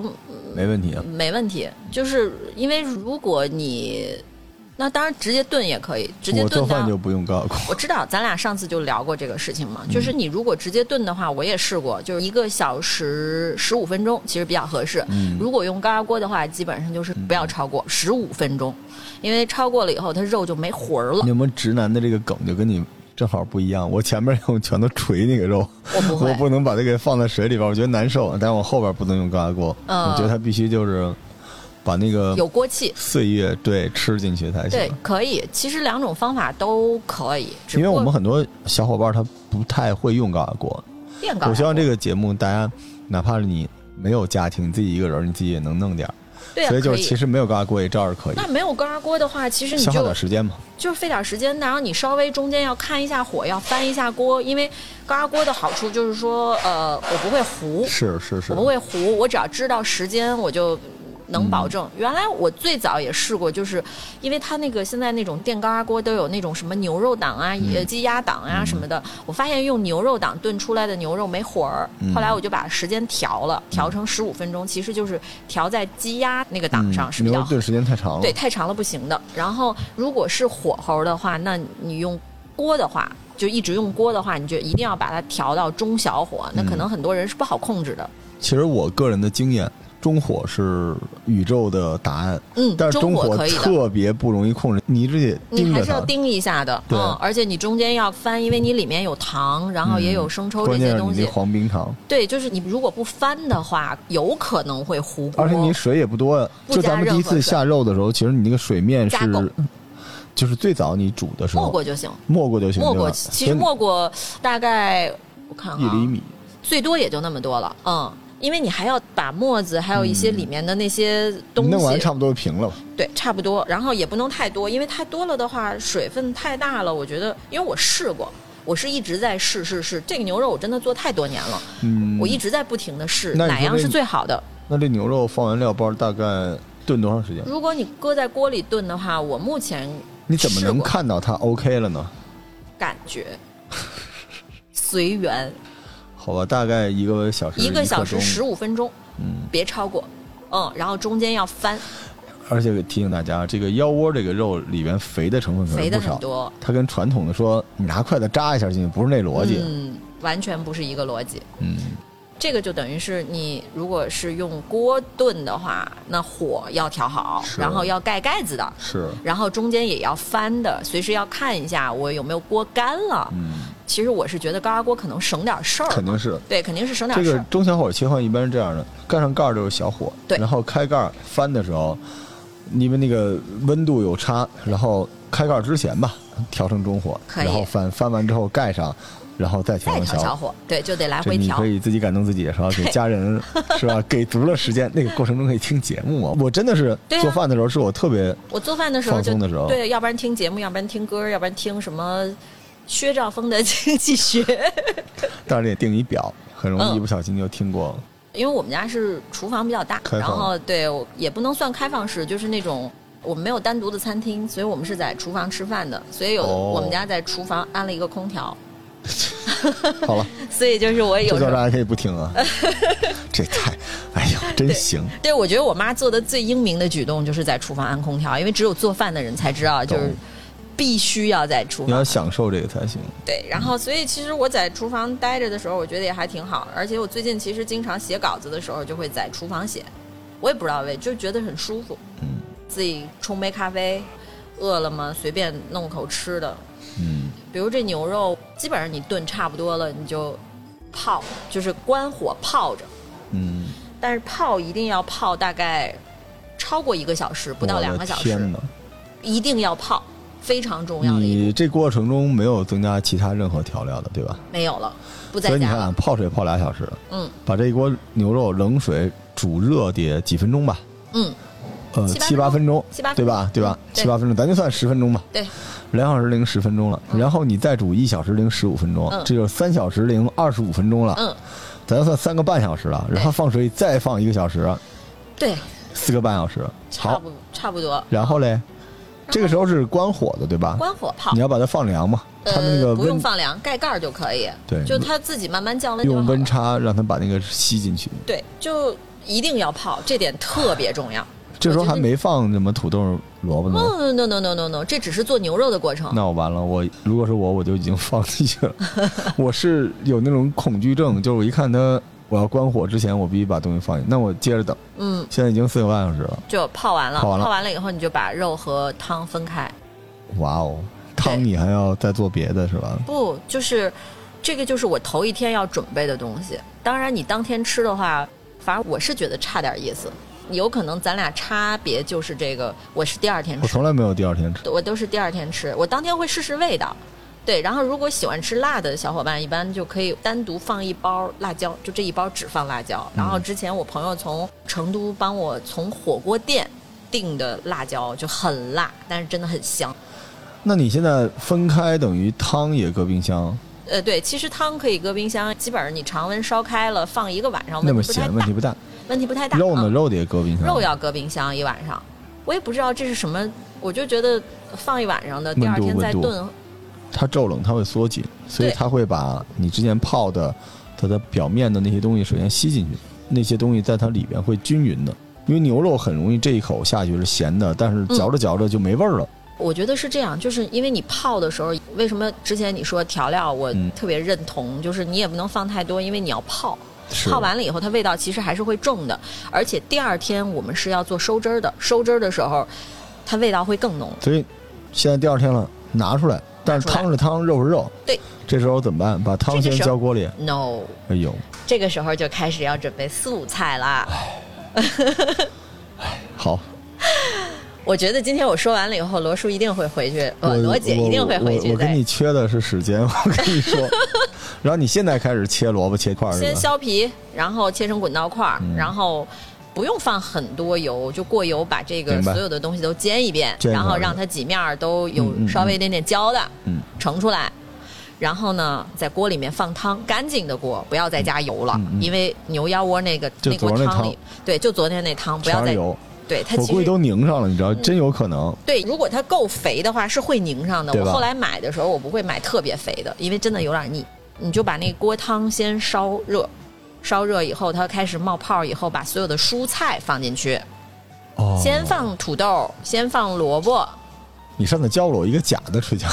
Speaker 1: 没问题啊。
Speaker 2: 没问题，就是因为如果你那当然直接炖也可以，直接
Speaker 1: 我做
Speaker 2: 炖
Speaker 1: 饭
Speaker 2: 到。
Speaker 1: 就不用高压锅。
Speaker 2: 我知道，咱俩上次就聊过这个事情嘛，
Speaker 1: 嗯
Speaker 2: 就是你如果直接炖的话，我也试过，就是一个小时十五分钟，其实比较合适。
Speaker 1: 嗯
Speaker 2: 如果用高压锅的话，基本上就是不要超过十五分钟，因为超过了以后，它肉就没魂儿了
Speaker 1: 你。们直男的这个梗就跟你正好不一样。我前面用拳头捶那个肉，
Speaker 2: 我不
Speaker 1: 我
Speaker 2: 会，
Speaker 1: 不能把它给放在水里边，我觉得难受。但是我后边不能用高压锅，
Speaker 2: 嗯
Speaker 1: 我觉得它必须就是把那个
Speaker 2: 有锅气。
Speaker 1: 岁月对吃进去才
Speaker 2: 对
Speaker 1: 行。，
Speaker 2: 可以。其实两种方法都可以，只
Speaker 1: 因为
Speaker 2: 不
Speaker 1: 我
Speaker 2: 过
Speaker 1: 们很多小伙伴他不太会用高压锅，
Speaker 2: 变高。
Speaker 1: 我希望这
Speaker 2: 个
Speaker 1: 个节目大家哪怕是你没有家庭，你自己一个人，你自己也能弄点儿。
Speaker 2: 对啊，
Speaker 1: 所以就
Speaker 2: 可
Speaker 1: 是其
Speaker 2: 以。
Speaker 1: 实没有高压锅也照样可以，
Speaker 2: 那没有高压锅的话，其实你
Speaker 1: 消耗
Speaker 2: 就
Speaker 1: 点时间嘛。
Speaker 2: 就是费点时间，然后你稍微中间要看一下火，要翻一下锅，因为高压锅的好处就是说，呃，我不会糊，
Speaker 1: 是是是
Speaker 2: 我不会糊，我只要知道时间，我就能
Speaker 1: 嗯
Speaker 2: 保证。原来我最早也试过，就是因为它那个现在那种电高压锅都有那种什么牛肉档啊、
Speaker 1: 嗯
Speaker 2: 呃鸡鸭档啊什么的，我发现用牛肉档炖出来的牛肉没魂儿。
Speaker 1: 嗯
Speaker 2: 后来我就把时间调了，调成十五分钟，其实就是调在鸡鸭那个档上是比
Speaker 1: 嗯牛
Speaker 2: 较
Speaker 1: 肉
Speaker 2: 好的
Speaker 1: 炖时间太长了。
Speaker 2: 对，太长了不行的。然后如果是火候的话，那你用锅的话，就一直用锅的话，你就一定要把它调到中小火，那
Speaker 1: 嗯
Speaker 2: 可能很多人是不好控制的。
Speaker 1: 其实我个人的经验，中火是宇宙的答案，
Speaker 2: 嗯，
Speaker 1: 但是中
Speaker 2: 火
Speaker 1: 火
Speaker 2: 可以的。
Speaker 1: 特别不容易控制，你一直得
Speaker 2: 你
Speaker 1: 盯
Speaker 2: 还
Speaker 1: 着
Speaker 2: 是要
Speaker 1: 它。
Speaker 2: 盯一下的，
Speaker 1: 对
Speaker 2: 嗯，而且你中间要翻，因为你里面有糖，然后也有生抽
Speaker 1: 嗯
Speaker 2: 这
Speaker 1: 关键
Speaker 2: 些
Speaker 1: 是
Speaker 2: 东
Speaker 1: 你那
Speaker 2: 西。
Speaker 1: 黄冰糖，
Speaker 2: 对，就是你如果不翻的话，有可能会糊锅。
Speaker 1: 而且你水也不多呀。
Speaker 2: 不
Speaker 1: 就
Speaker 2: 加
Speaker 1: 咱们第一
Speaker 2: 任
Speaker 1: 次
Speaker 2: 何水
Speaker 1: 下肉的时候，其实你那个水面
Speaker 2: 加够
Speaker 1: 是，就是最早你煮的时候
Speaker 2: 没过就行，
Speaker 1: 没过就行，
Speaker 2: 没
Speaker 1: 对
Speaker 2: 过
Speaker 1: 吧？
Speaker 2: 其实
Speaker 1: 所以
Speaker 2: 没过大概我看
Speaker 1: 一
Speaker 2: 啊，
Speaker 1: 厘米，
Speaker 2: 最多也就那么多了，嗯，因为你还要把沫子，还有一些里面的那些东
Speaker 1: 你
Speaker 2: 西，
Speaker 1: 弄完差不多就平了。
Speaker 2: 对，差不多，然后也不能太多，因为太多了的话，水分太大了，我觉得，因为我试过，我是一直在试试试，这个牛肉我真的做太多年了，
Speaker 1: 嗯，
Speaker 2: 我一直在不停的试，
Speaker 1: 那你说
Speaker 2: 哪样是
Speaker 1: 这
Speaker 2: 最好的？
Speaker 1: 那这牛肉放完料包大概炖多长时间？
Speaker 2: 如果你搁在锅里炖的话，我目前
Speaker 1: 你怎么
Speaker 2: 试
Speaker 1: 能
Speaker 2: 过
Speaker 1: 看到它 OK 了呢？
Speaker 2: 感觉 随缘，
Speaker 1: 好吧，大概一个小时，
Speaker 2: 一个小
Speaker 1: 刻
Speaker 2: 时
Speaker 1: 钟
Speaker 2: 十五分钟，
Speaker 1: 嗯，
Speaker 2: 别超过，嗯，然后中间要翻，
Speaker 1: 而且提醒大家，这个腰窝这个肉里边肥的成分可
Speaker 2: 肥
Speaker 1: 是
Speaker 2: 的
Speaker 1: 呃不
Speaker 2: 很
Speaker 1: 少。
Speaker 2: 多。
Speaker 1: 它跟传统的说你拿筷子扎一下进去，不是那逻辑。
Speaker 2: 嗯，完全不是一个逻辑。
Speaker 1: 嗯，
Speaker 2: 这个就等于是你如果是用锅炖的话，那火要调好，
Speaker 1: 是
Speaker 2: 然后要盖盖子的，
Speaker 1: 是，
Speaker 2: 然后中间也要翻的，随时要看一下我有没有锅干了。
Speaker 1: 嗯，
Speaker 2: 其实我是觉得高压锅可能省点事儿
Speaker 1: 肯，定是。
Speaker 2: 对，肯定是省点
Speaker 1: 这
Speaker 2: 事
Speaker 1: 个
Speaker 2: 儿。
Speaker 1: 中小火切换一般是这样的，盖上盖儿就是小火，
Speaker 2: 对
Speaker 1: 然后开盖儿翻的时候，因为那个温度有差，然后开盖儿之前吧，调成中火，
Speaker 2: 可以
Speaker 1: 然后翻翻完之后盖上，然后再调
Speaker 2: 再
Speaker 1: 成
Speaker 2: 调
Speaker 1: 小
Speaker 2: 小
Speaker 1: 火。
Speaker 2: 火，对，就得来
Speaker 1: 这
Speaker 2: 回
Speaker 1: 你
Speaker 2: 调
Speaker 1: 可。以自己感动自己，是 吧？给家人是吧？给足了时间，那个过程中可以听节目啊。我真的是
Speaker 2: 对啊
Speaker 1: 做饭的时候，是我特别
Speaker 2: 我做饭的时候
Speaker 1: 放
Speaker 2: 就
Speaker 1: 松的时候
Speaker 2: 对，要不然听节目，要不然听歌，要不然听什么薛兆丰的 经济学。
Speaker 1: 当然也定一表，很容易
Speaker 2: 嗯
Speaker 1: 一不小心就听 过。
Speaker 2: 因为我们家是厨房比较大，
Speaker 1: 开放
Speaker 2: 然后对我也不能算开放式，就是那种我们没有单独的餐厅，所以我们是在厨房吃饭的，所以有、
Speaker 1: 哦
Speaker 2: 我们家在厨房安了一个空调，
Speaker 1: 好了，
Speaker 2: 所以就是我有
Speaker 1: 这
Speaker 2: 时
Speaker 1: 段
Speaker 2: 候
Speaker 1: 大家可以不听啊。这太，哎呦，真行。
Speaker 3: 对，我觉得我妈做的最英明的举动就是在厨房安空调，因为只有做饭的人才知道，就是
Speaker 1: 懂
Speaker 3: 必须要在厨
Speaker 1: 你
Speaker 3: 房
Speaker 1: 要。享受这个才行。
Speaker 2: 对，然后所以其实我在厨房待着的时候，我觉得也还挺好。而且我最近其实经常写稿子的时候，就会在厨房写，我也不知道为，就觉得很舒服。
Speaker 1: 嗯
Speaker 2: 自己冲杯咖啡，饿了么随便弄口吃的，
Speaker 1: 嗯，
Speaker 2: 比如这牛肉，基本上你炖差不多了，你就泡，就是关火泡着，
Speaker 1: 嗯，
Speaker 2: 但是泡一定要泡大概超过一个小时，不到
Speaker 1: 我
Speaker 2: 两
Speaker 1: 的
Speaker 2: 个小
Speaker 1: 天
Speaker 2: 时，
Speaker 1: 哪！
Speaker 2: 一定要泡，非常重要的一步
Speaker 1: 你这过程中没有增加其他任何调料的，对吧？
Speaker 2: 没有了，不
Speaker 1: 所
Speaker 2: 在
Speaker 1: 以你
Speaker 2: 家
Speaker 1: 看啊
Speaker 2: 了，，
Speaker 1: 泡水泡俩小时，
Speaker 2: 嗯
Speaker 1: 把这一锅牛肉冷水煮热得几分钟吧，
Speaker 2: 嗯，
Speaker 1: 呃，
Speaker 2: 七八
Speaker 1: 七八分钟，
Speaker 2: 七八
Speaker 1: 对吧？对吧？
Speaker 2: 对
Speaker 1: 七八分钟，咱就算十分钟吧。
Speaker 2: 对，
Speaker 1: 两小时零十分钟了，然后你再煮一小时零十五分钟，
Speaker 2: 嗯
Speaker 1: 这就是三小时零二十五分钟了，
Speaker 2: 嗯，
Speaker 1: 咱就算三个半小时了，然后放水再放一个小时，
Speaker 2: 对，
Speaker 1: 四个半小时，
Speaker 2: 差
Speaker 1: 好，
Speaker 2: 不差不多，
Speaker 1: 然后嘞，这个时候是关火的，对吧？
Speaker 2: 关火泡
Speaker 1: 你。要把它放凉嘛，它那个
Speaker 2: 呃，不
Speaker 1: 温
Speaker 2: 用放凉，盖盖儿就可以。
Speaker 1: 对
Speaker 2: 就它自己慢慢降温就好了。
Speaker 1: 用温差让它把那个吸进去，
Speaker 2: 对，就一定要泡，这点特别重要。
Speaker 1: 这时候
Speaker 2: 我觉得嗯
Speaker 1: 还没放什么土豆、萝卜呢。
Speaker 2: No no no no no no，这只是做牛肉的过程。
Speaker 1: 哦那我完了，我如果是我，我就已经放弃 了。我是有那种恐惧症，就是我一看它我要关火之前，我必须把东西放进。那我接着等，
Speaker 2: 嗯，
Speaker 1: 现在已经四个半小时了，
Speaker 2: 就泡完了，
Speaker 1: 泡完了
Speaker 2: 以后你就把肉和汤分开。
Speaker 1: 哇哦！汤你还要再做别的是吧？
Speaker 2: 不，就是这个就是我头一天要准备的东西。当然，你当天吃的话，反正我是觉得差点意思。有可能咱俩差别就是这个，我是第二天
Speaker 1: 我
Speaker 2: 吃，
Speaker 1: 从来没有第二天吃。
Speaker 2: 我都是第二天吃，我当天会试试味道。对，然后如果喜欢吃辣的小伙伴，一般就可以单独放一包辣椒，就这一包只放辣椒。
Speaker 1: 嗯
Speaker 2: 然后之前我朋友从成都帮我从火锅店订的辣椒就很辣，但是真的很香。
Speaker 1: 那你现在分开等于汤也搁冰箱，
Speaker 2: 呃，对，其实汤可以搁冰箱，基本上你常温烧开了放一个晚上，
Speaker 1: 那
Speaker 2: 问
Speaker 1: 么
Speaker 2: 题不太
Speaker 1: 咸
Speaker 2: 大，
Speaker 1: 问题不大。
Speaker 2: 问题不太大。
Speaker 1: 肉呢？
Speaker 2: 嗯
Speaker 1: 肉的也搁冰箱。
Speaker 2: 肉要搁冰箱一晚上，我也不知道这是什么，我就觉得放一晚上的，第
Speaker 1: 温
Speaker 2: 二
Speaker 1: 度
Speaker 2: 天再
Speaker 1: 温度
Speaker 2: 炖
Speaker 1: 它骤冷，它会缩紧，所以
Speaker 2: 对
Speaker 1: 它会把你之前泡的它的表面的那些东西首先吸进去，那些东西在它里边会均匀的。因为牛肉很容易这一口下去是咸的，但是嚼着嚼着就没味儿了。
Speaker 2: 我觉得是这样，就是因为你泡的时候，为什么之前你说调料，我
Speaker 1: 嗯
Speaker 2: 特别认同，就是你也不能放太多，因为你要泡，
Speaker 1: 是
Speaker 2: 泡完了以后它味道其实还是会重的，而且第二天我们是要做收汁儿的，收汁儿的时候，它味道会更浓。
Speaker 1: 所以现在第二天了，拿出来，但是
Speaker 2: 拿出来
Speaker 1: 汤是汤，肉是肉。
Speaker 2: 对，
Speaker 1: 这时候怎么办？把汤
Speaker 2: 这
Speaker 1: 先
Speaker 2: 个时候
Speaker 1: 浇锅里。
Speaker 2: No，
Speaker 1: 哎呦，
Speaker 2: 这个时候就开始要准备素菜啦。
Speaker 1: 哎好，
Speaker 2: 我觉得今天我说完了以后，罗叔一定会回去，
Speaker 1: 我
Speaker 2: 呃，罗姐一定会回
Speaker 1: 我我
Speaker 2: 去
Speaker 1: 我跟
Speaker 2: 的
Speaker 1: 你。缺的是时间，我跟你 说。然后你现在开始切萝卜切块儿是
Speaker 2: 先
Speaker 1: 吧？嗯
Speaker 2: 削皮，然后切成滚刀块儿，然后不用放很多油，就过油把这个
Speaker 1: 明白
Speaker 2: 所有的东西都煎一遍，
Speaker 1: 煎一
Speaker 2: 然
Speaker 1: 下
Speaker 2: 后让它几面儿都有
Speaker 1: 嗯嗯
Speaker 2: 稍微一点点焦的，
Speaker 1: 嗯
Speaker 2: 盛出来。然后呢，在锅里面放汤，干净的锅，不要再加油了，
Speaker 1: 嗯嗯嗯
Speaker 2: 因为牛腰窝那个
Speaker 1: 就
Speaker 2: 那锅
Speaker 1: 昨儿那
Speaker 2: 汤
Speaker 1: 汤
Speaker 2: 里，对，就昨天那汤，不要
Speaker 1: 全是
Speaker 2: 再
Speaker 1: 油，
Speaker 2: 对它
Speaker 1: 我
Speaker 2: 其
Speaker 1: 估计
Speaker 2: 实嗯
Speaker 1: 都凝上了，你知道，真有可能。
Speaker 2: 对，如果它够肥的话是会凝上的。
Speaker 1: 对吧
Speaker 2: 我后来买的时候，我不会买特别肥的，因为真的有点腻。你就把那锅汤先烧热，烧热以后它开始冒泡以后，把所有的蔬菜放进去，
Speaker 1: 哦
Speaker 2: 先放土豆，先放萝 卜。
Speaker 1: 你上次教了我一个假的水饺，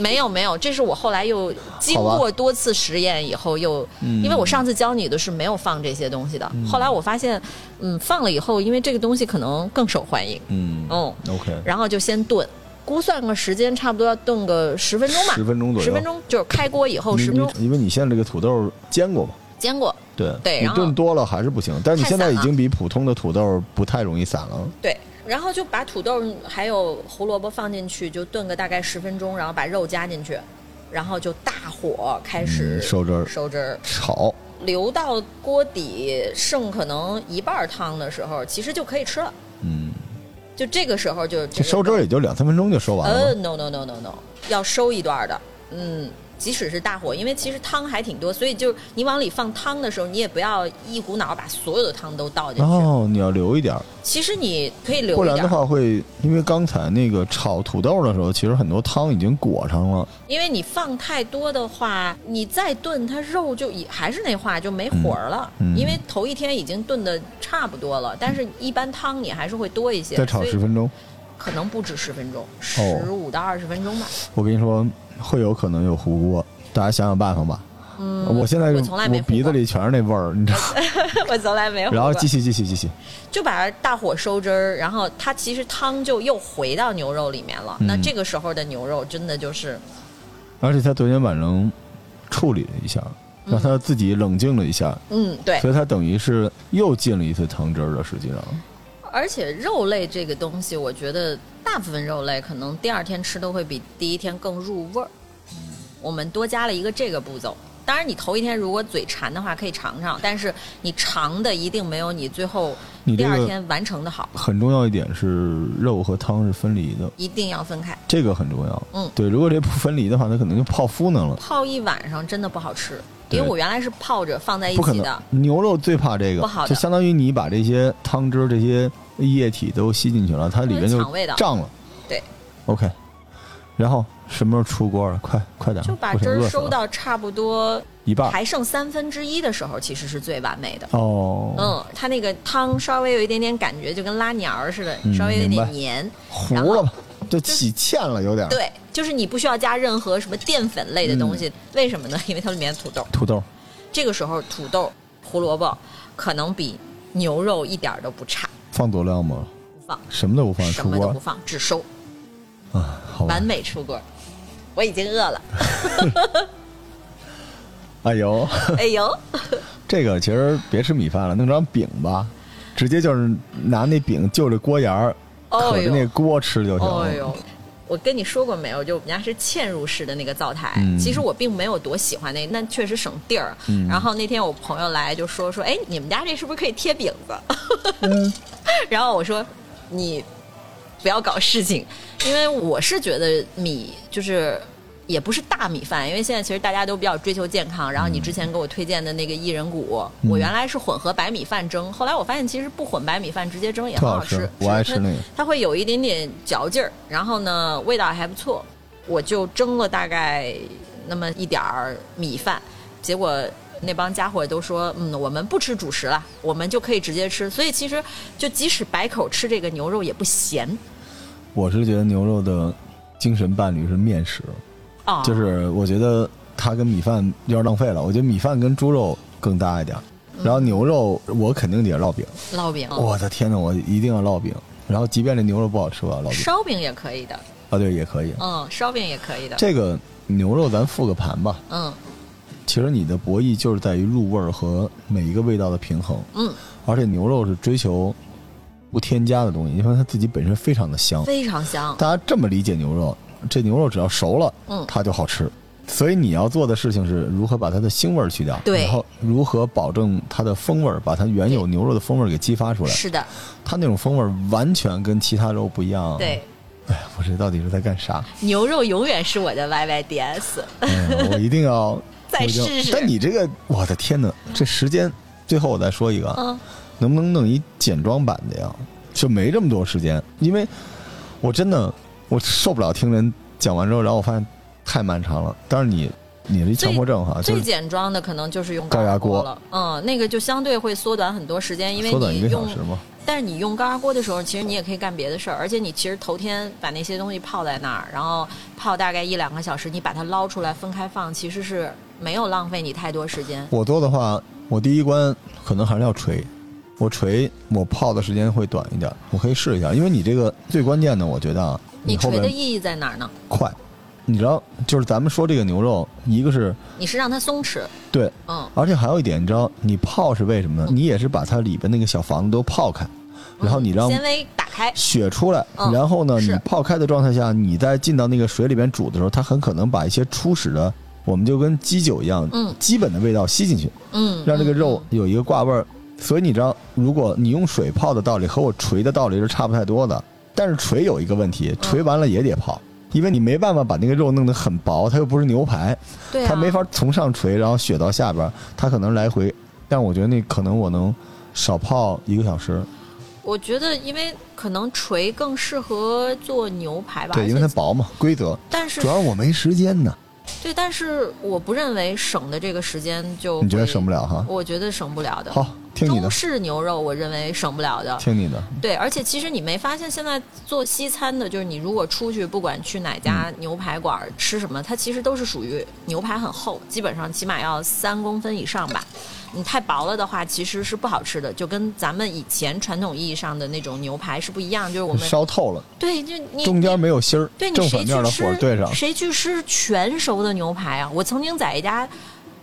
Speaker 2: 没有没有，这是我后来又经
Speaker 1: 好
Speaker 2: 过
Speaker 1: 吧
Speaker 2: 多次实验以后又，
Speaker 1: 嗯
Speaker 2: 因为我上次教你的是没有放这些东西的，后来我发现，嗯，放了以后，因为这个东西可能更受欢迎，
Speaker 1: 嗯
Speaker 2: 嗯，
Speaker 1: ，OK，
Speaker 2: 然后就先炖，估算个时间，差不多要炖个十分钟吧，
Speaker 1: 10分钟左右
Speaker 2: 十分钟就是开锅以后
Speaker 1: 你
Speaker 2: 十分钟
Speaker 1: 你因为你现在这个土豆煎过嘛，
Speaker 2: 煎过，
Speaker 1: 对
Speaker 2: 对
Speaker 1: 你
Speaker 2: 然后
Speaker 1: 炖多了还是不行，但是你
Speaker 2: 太
Speaker 1: 现在
Speaker 2: 散
Speaker 1: 已
Speaker 2: 了
Speaker 1: 经比普通的土豆不太容易散了，
Speaker 2: 对，然后就把土豆嗯还有胡萝卜放进去，就炖个大概十分钟，然后把肉加进去，然后就大火开始
Speaker 1: 嗯收汁儿
Speaker 2: 收汁儿，
Speaker 1: 炒，
Speaker 2: 流到锅底剩可能一半儿汤的时候，其实就可以吃了。
Speaker 1: 嗯，
Speaker 2: 就这个时候就
Speaker 1: 这收汁儿也就两三分钟就收完了
Speaker 2: 呃
Speaker 1: 嘛，
Speaker 2: ，no no no no no，要收一段儿的，嗯，即使是大火，因为其实汤还挺多，所以就你往里放汤的时候，你也不要一股脑儿把所有的汤都倒进
Speaker 1: 然
Speaker 2: 去。
Speaker 1: 后你要留一点儿，
Speaker 2: 其实你可以留
Speaker 1: 哦不
Speaker 2: 一
Speaker 1: 然
Speaker 2: 点
Speaker 1: 的
Speaker 2: 儿，
Speaker 1: 话会因为刚才那个炒土豆的时候，其实很多汤已经裹上了，
Speaker 2: 因为你放太多的话，你再炖它肉就已还是那话就没魂儿了、
Speaker 1: 嗯嗯
Speaker 2: 因为头一天已经炖的差不多了，但是一般汤你还是会多一些，
Speaker 1: 再炒
Speaker 2: 所以
Speaker 1: 十分哦钟。
Speaker 2: 可能不止十分钟，十五到二十分钟吧。
Speaker 1: 我跟你说，会有可能有糊锅，大家想想办法吧。
Speaker 2: 嗯，
Speaker 1: 我现在
Speaker 2: 我从来没
Speaker 1: 我鼻
Speaker 2: 糊过
Speaker 1: 子里全是那味儿，你知 道吗。
Speaker 2: 我从来没有。
Speaker 1: 然后继续继续继续，
Speaker 2: 就把大火收汁儿，然后它其实汤就又回到牛肉里面了。
Speaker 1: 嗯
Speaker 2: 那这个时候的牛肉真的就是
Speaker 1: 而且他昨天晚上处理了一下，让他自己冷静了一下，
Speaker 2: 嗯，对，
Speaker 1: 所以他等于是又进了一次汤汁儿了。实际上，
Speaker 2: 而且肉类这个东西，我觉得大部分肉类可能第二天吃都会比第一天更入味儿。我们多加了一个这个步骤。当然，你头一天如果嘴馋的话，可以尝尝，但是你尝的一定没有你最后
Speaker 1: 你
Speaker 2: 第
Speaker 1: 这
Speaker 2: 二
Speaker 1: 个
Speaker 2: 天完成的好，
Speaker 1: 很重要一点是肉和汤是分离的，
Speaker 2: 一定要分开。
Speaker 1: 这个很重要。
Speaker 2: 嗯
Speaker 1: 对，如果这不分离的话，那可能就泡敷弄了，
Speaker 2: 泡一晚上真的不好吃，
Speaker 1: 对
Speaker 2: 因为我原来是泡着放在一
Speaker 1: 不可
Speaker 2: 起
Speaker 1: 能
Speaker 2: 的。。
Speaker 1: 牛肉最怕这个，
Speaker 2: 不好的
Speaker 1: 就相当于你把这些汤汁儿、这些液体都吸进去了，它里面就
Speaker 2: 肠胃道
Speaker 1: 胀了。
Speaker 2: 对
Speaker 1: ，OK。然后什么时候出锅啊？快快点儿，
Speaker 2: 就把
Speaker 1: 不行
Speaker 2: 汁儿
Speaker 1: 饿死
Speaker 2: 收
Speaker 1: 了
Speaker 2: 到差不多
Speaker 1: 一半儿。
Speaker 2: 还剩三分之一的时候，其实是最完美的。
Speaker 1: 哦，
Speaker 2: 嗯，它那个汤稍微有一点点感觉，就跟拉黏儿似的
Speaker 1: 嗯，
Speaker 2: 稍微有一
Speaker 1: 明
Speaker 2: 点
Speaker 1: 白
Speaker 2: 黏。
Speaker 1: 糊
Speaker 2: 然后
Speaker 1: 了吧，就起芡了，有点儿。
Speaker 2: 对，就是你不需要加任何什么淀粉类的
Speaker 1: 嗯
Speaker 2: 东西，为什么呢？因为它里面有土豆。
Speaker 1: 土豆，
Speaker 2: 这个时候，土豆、胡萝卜可能比牛肉一点儿都不差，
Speaker 1: 放佐料吗？
Speaker 2: 不放
Speaker 1: 什么都不放，
Speaker 2: 什
Speaker 1: 出
Speaker 2: 么都不
Speaker 1: 锅
Speaker 2: 放，只收，
Speaker 1: 啊，好吧
Speaker 2: 完。美出锅。我已经饿了，
Speaker 1: 哎呦，
Speaker 2: 哎呦，
Speaker 1: 这个其实别吃米饭了，弄张饼吧，直接就是拿那饼就着锅沿儿，
Speaker 2: 哦
Speaker 1: 可着那
Speaker 2: 呦，
Speaker 1: 锅吃就行了。
Speaker 2: 哦呦。我跟你说过没有？就我们家是嵌入式的那个灶台，
Speaker 1: 嗯
Speaker 2: 其实我并没有多喜欢那，那确实省地儿。
Speaker 1: 嗯
Speaker 2: 然后那天我朋友来就说说，哎，你们家这是不是可以贴饼子？
Speaker 1: 嗯
Speaker 2: 然后我说你不要搞事情，因为我是觉得米就是。也不是大米饭，因为现在其实大家都比较追求健康。然后你之前给我推荐的那个薏仁骨，
Speaker 1: 嗯
Speaker 2: 我原来是混合白米饭蒸，后来我发现其实不混白米饭直接蒸也
Speaker 1: 特
Speaker 2: 很
Speaker 1: 好
Speaker 2: 好
Speaker 1: 吃
Speaker 2: 吃，
Speaker 1: 我爱
Speaker 2: 是
Speaker 1: 吃那个
Speaker 2: 它，它会有一点点嚼劲儿，然后呢味道还不错。我就蒸了大概那么一点儿米饭，结果那帮家伙都说，嗯，我们不吃主食了，我们就可以直接吃。所以其实就即使白口吃这个牛肉也不咸
Speaker 1: 我是觉得牛肉的精神伴侣是面食，
Speaker 2: 啊，
Speaker 1: 就是我觉得它跟米饭有点浪费了，我觉得米饭跟猪肉更搭一点儿。然后牛肉，我肯定得烙饼。
Speaker 2: 烙饼、
Speaker 1: 我的天呐，我一定要烙饼。然后，即便这牛肉不好吃，我要烙饼
Speaker 2: 烧饼也可以的，
Speaker 1: 啊，对，也可以。
Speaker 2: 嗯，烧饼也可以的，
Speaker 1: 这个牛肉咱复个盘吧。
Speaker 2: 嗯
Speaker 1: 其实你的博弈就是在于入味儿和每一个味道的平衡，
Speaker 2: 嗯，
Speaker 1: 而且牛肉是追求不添加的东西，因为它自己本身非常的香。
Speaker 2: 非常香，
Speaker 1: 大家这么理解牛肉，这牛肉只要熟了，
Speaker 2: 嗯
Speaker 1: 它就好吃。所以你要做的事情是如何把它的腥味儿去掉，
Speaker 2: 对
Speaker 1: 然后如何保证它的风味儿，把它原有牛肉的风味儿给激发出来。
Speaker 2: 是的，
Speaker 1: 它那种风味儿完全跟其他肉不一样。
Speaker 2: 对，，
Speaker 1: 哎呀，我这到底是在干啥？
Speaker 2: 牛肉永远是我的 Y Y D S，
Speaker 1: 哎呀，我一定要
Speaker 2: 再
Speaker 1: 我一定要
Speaker 2: 试试
Speaker 1: 但你这个，我的天哪，这时间，最后我再说一个啊，
Speaker 2: 嗯
Speaker 1: 能不能弄一简装版的呀？就没这么多时间，因为我真的我受不了听人讲完之后，然后我发现太漫长了。但是你你这强迫症哈，啊就
Speaker 2: 最
Speaker 1: 是
Speaker 2: 简装的可能就是用
Speaker 1: 高压锅
Speaker 2: 了，嗯，那个就相对会缩短很多时间，因为
Speaker 1: 缩短一
Speaker 2: 你
Speaker 1: 个小
Speaker 2: 用
Speaker 1: 时嘛。
Speaker 2: 但是你用高压锅的时候，其实你也可以干别的事儿，而且你其实头天把那些东西泡在那儿，然后泡大概一两个小时，你把它捞出来分开放，其实是没有浪费你太多时间。
Speaker 1: 我做的话，我第一关可能还是要锤。我锤，我泡的时间会短一点，我可以试一下。因为你这个最关键的，我觉得啊，
Speaker 2: 你
Speaker 1: 后
Speaker 2: 锤的
Speaker 1: 边
Speaker 2: 意义在哪儿呢？
Speaker 1: 快，你知道，就是咱们说这个牛肉，一个是
Speaker 2: 你是让它松弛，
Speaker 1: 对
Speaker 2: 嗯，
Speaker 1: 而且还有一点，你知道，你泡是为什么呢？你也是把它里边那个小房子都泡开，然后你让
Speaker 2: 纤维打开，
Speaker 1: 血出来，
Speaker 2: 嗯
Speaker 1: 然后呢，
Speaker 2: 是
Speaker 1: 你泡开的状态下，你再进到那个水里边煮的时候，它很可能把一些初始的，我们就跟鸡酒一样，
Speaker 2: 嗯
Speaker 1: 基本的味道吸进去，
Speaker 2: 嗯，
Speaker 1: 让这个
Speaker 2: 嗯
Speaker 1: 肉有一个挂味儿。所以你知道，如果你用水
Speaker 2: 嗯
Speaker 1: 泡的道理和我锤的道理是差不太多的，但是锤有一个问题，锤完了也得泡。因为你没办法把那个肉弄得很薄，它又不是牛排，
Speaker 2: 对啊，
Speaker 1: 它没法从上垂然后雪到下边儿，它可能来回。但我觉得那可能我能少泡一个小时，
Speaker 2: 我觉得，因为可能锤更适合做牛排吧。
Speaker 1: 对，因为
Speaker 2: 而
Speaker 1: 它
Speaker 2: 且
Speaker 1: 薄嘛，规则。
Speaker 2: 但是
Speaker 1: 主要我没时间呢，
Speaker 2: 对，但是我不认为省的这个时间就
Speaker 1: 你觉得
Speaker 2: 会
Speaker 1: 省不？了哈？
Speaker 2: 我觉得省不了的。
Speaker 1: 好，听你的
Speaker 2: 中，式牛肉我认为省不了的。
Speaker 1: 听你的，
Speaker 2: 对，而且其实你没发现，现在做西餐的，就是你如果出去，不管去哪家
Speaker 1: 嗯
Speaker 2: 牛排馆儿吃什么，它其实都是属于牛排很厚，基本上起码要三公分以上吧。你太薄了的话，其实是不好吃的，就跟咱们以前传统意义上的那种牛排是不一样。就是我们
Speaker 1: 烧透了，
Speaker 2: 对，就你
Speaker 1: 中间没有芯儿
Speaker 2: 对，你
Speaker 1: 正
Speaker 2: 谁
Speaker 1: 反
Speaker 2: 去
Speaker 1: 面的
Speaker 2: 吃
Speaker 1: 火对上。
Speaker 2: 谁去吃全熟的牛排啊？我曾经在一家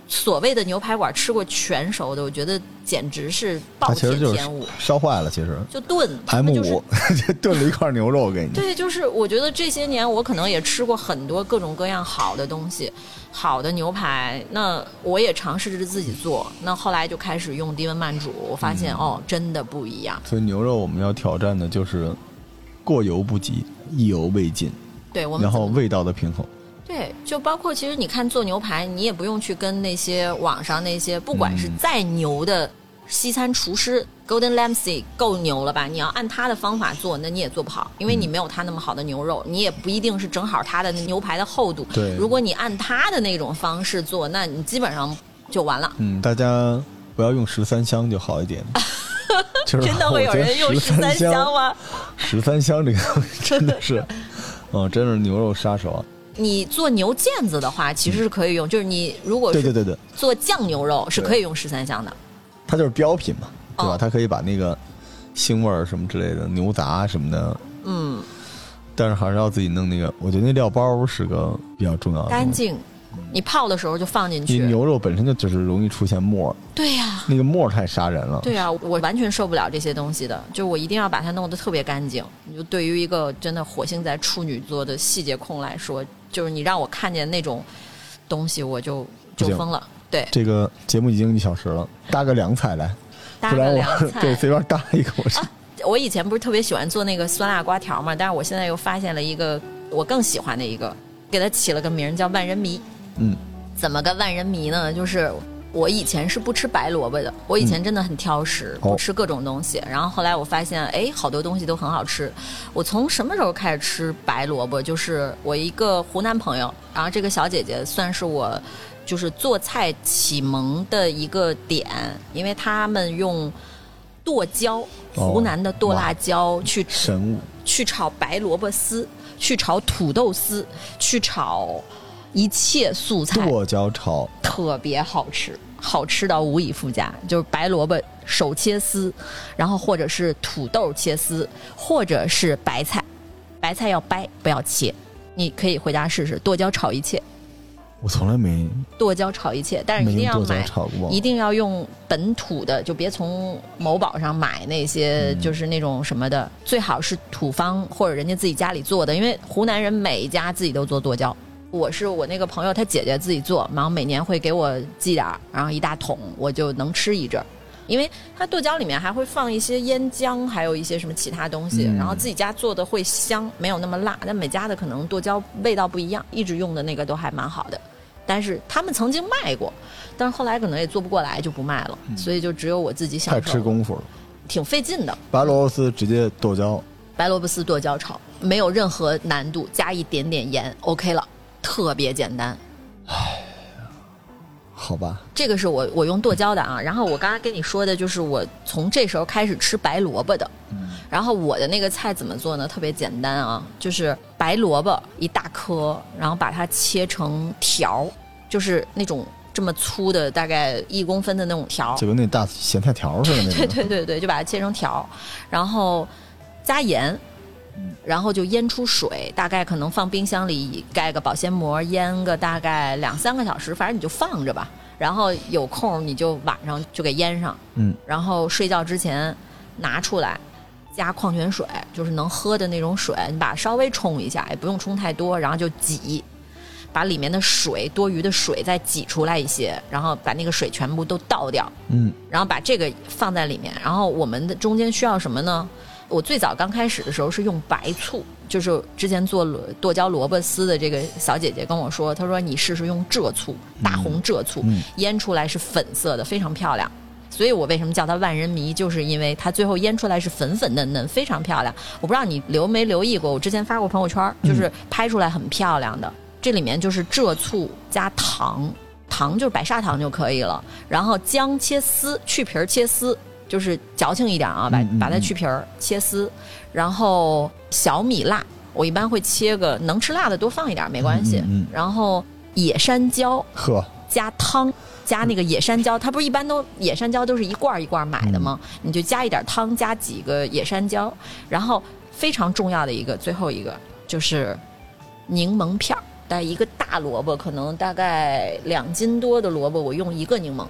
Speaker 2: 所谓的牛排馆吃过全熟的，我觉得简直是暴
Speaker 1: 它其实
Speaker 2: 殄
Speaker 1: 就是
Speaker 2: 天物，
Speaker 1: 烧坏了，其实
Speaker 2: 就炖
Speaker 1: M
Speaker 2: 就是
Speaker 1: 五就 炖了一块牛肉给你。
Speaker 2: 对，就是我觉得这些年我可能也吃过很多各种各样好的东西，好的牛排。那我也尝试着自己做，那后来就开始用低温慢煮，我发
Speaker 1: 嗯
Speaker 2: 现、哦，真的不一样。
Speaker 1: 所以牛肉我们要挑战的就是过犹不及，意犹未尽，
Speaker 2: 对我们
Speaker 1: 然
Speaker 2: 怎
Speaker 1: 后
Speaker 2: 么
Speaker 1: 味道的平衡。
Speaker 2: 对，就包括其实你看做牛排，你也不用去跟那些网上那些不管是再牛的西餐厨师、Golden Ramsay 够牛了吧？你要按他的方法做，那你也做不好，因为你没有他那么好的牛肉，你也不一定是正好他的牛排的厚度。
Speaker 1: 对
Speaker 2: 如果你按他的那种方式做，那你基本上就完了。
Speaker 1: 嗯，大家不要用十三香就好一点。就是
Speaker 2: 真的会有人用十三香
Speaker 1: 香？
Speaker 2: 吗？
Speaker 1: 十三香这个东西真的是，嗯，真是牛肉杀手啊！
Speaker 2: 你做牛腱子的话，其实是可以用，就是你如果
Speaker 1: 对
Speaker 2: 是
Speaker 1: 对对对，
Speaker 2: 做酱牛肉，是
Speaker 1: 对
Speaker 2: 可以用十三香的。
Speaker 1: 它就是标品嘛，对吧？
Speaker 2: 哦
Speaker 1: 它可以把那个腥味儿什么之类的、牛杂什么的，
Speaker 2: 嗯，
Speaker 1: 但是还是要自己弄那个。我觉得那料包是个比较重要的东西，
Speaker 2: 干净，你泡的时候就放进
Speaker 1: 你
Speaker 2: 去。
Speaker 1: 牛肉本身就就是容易出现沫儿，
Speaker 2: 对呀、
Speaker 1: 那个沫儿太杀人了。
Speaker 2: 对呀、我完全受不了这些东西的，就我一定要把它弄得特别干净。就对于一个真的火星在处女座的细节控来说，就是你让我看见那种东西，我就
Speaker 1: 不
Speaker 2: 就
Speaker 1: 行
Speaker 2: 疯了。对，
Speaker 1: 这个节目已经一小时了，搭个凉菜来，
Speaker 2: 搭
Speaker 1: 不
Speaker 2: 个
Speaker 1: 然我
Speaker 2: 凉
Speaker 1: 对
Speaker 2: 菜。啊
Speaker 1: 随便搭一个我是。
Speaker 2: 我以前不是特别喜欢做那个酸辣瓜条嘛，但是我现在又发现了一个我更喜欢的一个，给它起了个名儿叫万人迷。
Speaker 1: 嗯，
Speaker 2: 怎么个万人迷呢？就是我以前是不吃白萝卜的，我以前真的很挑食，
Speaker 1: 哦
Speaker 2: 不吃各种东西。然后后来我发现，哎，好多东西都很好吃。我从什么时候开始吃白萝卜？就是我一个湖南朋友，然后这个小姐姐算是我。就是做菜启蒙的一个点，因为他们用剁椒，
Speaker 1: 哦
Speaker 2: 湖南的剁
Speaker 1: 哇
Speaker 2: 辣椒去
Speaker 1: 神物
Speaker 2: 去炒白萝卜丝，去炒土豆丝，去炒一切素菜，
Speaker 1: 剁椒炒
Speaker 2: 特别好吃，好吃到无以复加。就是白萝卜手切丝，然后或者是土豆切丝，或者是白菜，白菜要掰不要切。你可以回家试试剁椒炒一切，
Speaker 1: 我从来没
Speaker 2: 剁椒炒一切，但是
Speaker 1: 没
Speaker 2: 一定
Speaker 1: 用
Speaker 2: 要
Speaker 1: 剁椒
Speaker 2: 买
Speaker 1: 炒过，
Speaker 2: 一定要用本土的，就别从某宝上买那
Speaker 1: 嗯
Speaker 2: 些就是那种什么的，最好是土方或者人家自己家里做的，因为湖南人每一家自己都做剁椒。我是我那个朋友，他姐姐自己做，然后每年会给我寄点儿，然后一大桶，我就能吃一阵儿。因为它剁椒里面还会放一些腌姜，还有一些什么其他东西，
Speaker 1: 嗯
Speaker 2: 然后自己家做的会香，没有那么辣。但每家的可能剁椒味道不一样，一直用的那个都还蛮好的。但是他们曾经卖过，但是后来可能也做不过来，就不卖了，所以就只有我自己享
Speaker 1: 嗯太
Speaker 2: 受。
Speaker 1: 吃功夫了。
Speaker 2: 挺费劲的。
Speaker 1: 白萝卜丝直接剁椒，
Speaker 2: 白萝卜丝剁椒炒没有任何难度，加一点点盐，OK 了，特别简单。
Speaker 1: 好吧？
Speaker 2: 这个是我我用剁椒的啊，然后我刚才跟你说的就是我从这时候开始吃白萝卜的，
Speaker 1: 嗯
Speaker 2: 然后我的那个菜怎么做呢？特别简单啊，就是白萝卜一大颗，然后把它切成条儿，就是那种这么粗的，大概一公分的那种条儿，
Speaker 1: 就跟那大咸菜条似的那种。
Speaker 2: 对对对对，就把它切成条儿，然后加盐，然后就腌出水，大概可能放冰箱里盖个保鲜膜，腌个大概两三个小时，反正你就放着吧。然后有空儿你就晚上就给腌上，
Speaker 1: 嗯，
Speaker 2: 然后睡觉之前拿出来。加矿泉水，就是能喝的那种水，你把它稍微冲一下，也不用冲太多，然后就挤，把里面的水多余的水再挤出来一些，然后把那个水全部都倒掉，
Speaker 1: 嗯，
Speaker 2: 然后把这个放在里面，然后我们的中间需要什么呢？我最早刚开始的时候是用白醋，就是之前做萝剁椒萝卜丝的这个小姐姐跟我说，她说你试试用浙醋，大红浙醋，
Speaker 1: 嗯
Speaker 2: 腌出来是粉色的，非常漂亮。所以我为什么叫它万人迷，就是因为它最后腌出来是粉粉嫩嫩，非常漂亮。我不知道你留没留意过，我之前发过朋友圈，
Speaker 1: 嗯
Speaker 2: 就是拍出来很漂亮的。这里面就是浙醋加糖，糖就是白砂糖就可以了。然后姜切丝，去皮儿切丝，就是矫情一点啊，把
Speaker 1: 嗯嗯
Speaker 2: 把它
Speaker 1: 嗯
Speaker 2: 去皮儿切丝。然后小米辣，我一般会切个能吃辣的多放一点没关系。
Speaker 1: 嗯嗯嗯
Speaker 2: 然后野山椒，
Speaker 1: 呵，
Speaker 2: 加汤，加那个野山椒，它不是一般都野山椒都是一罐儿一罐儿买的吗？你就加一点汤，加几个野山椒，然后非常重要的一个最后一个就是柠檬片儿，带一个大萝卜，可能大概两斤多的萝卜，我用一个柠檬，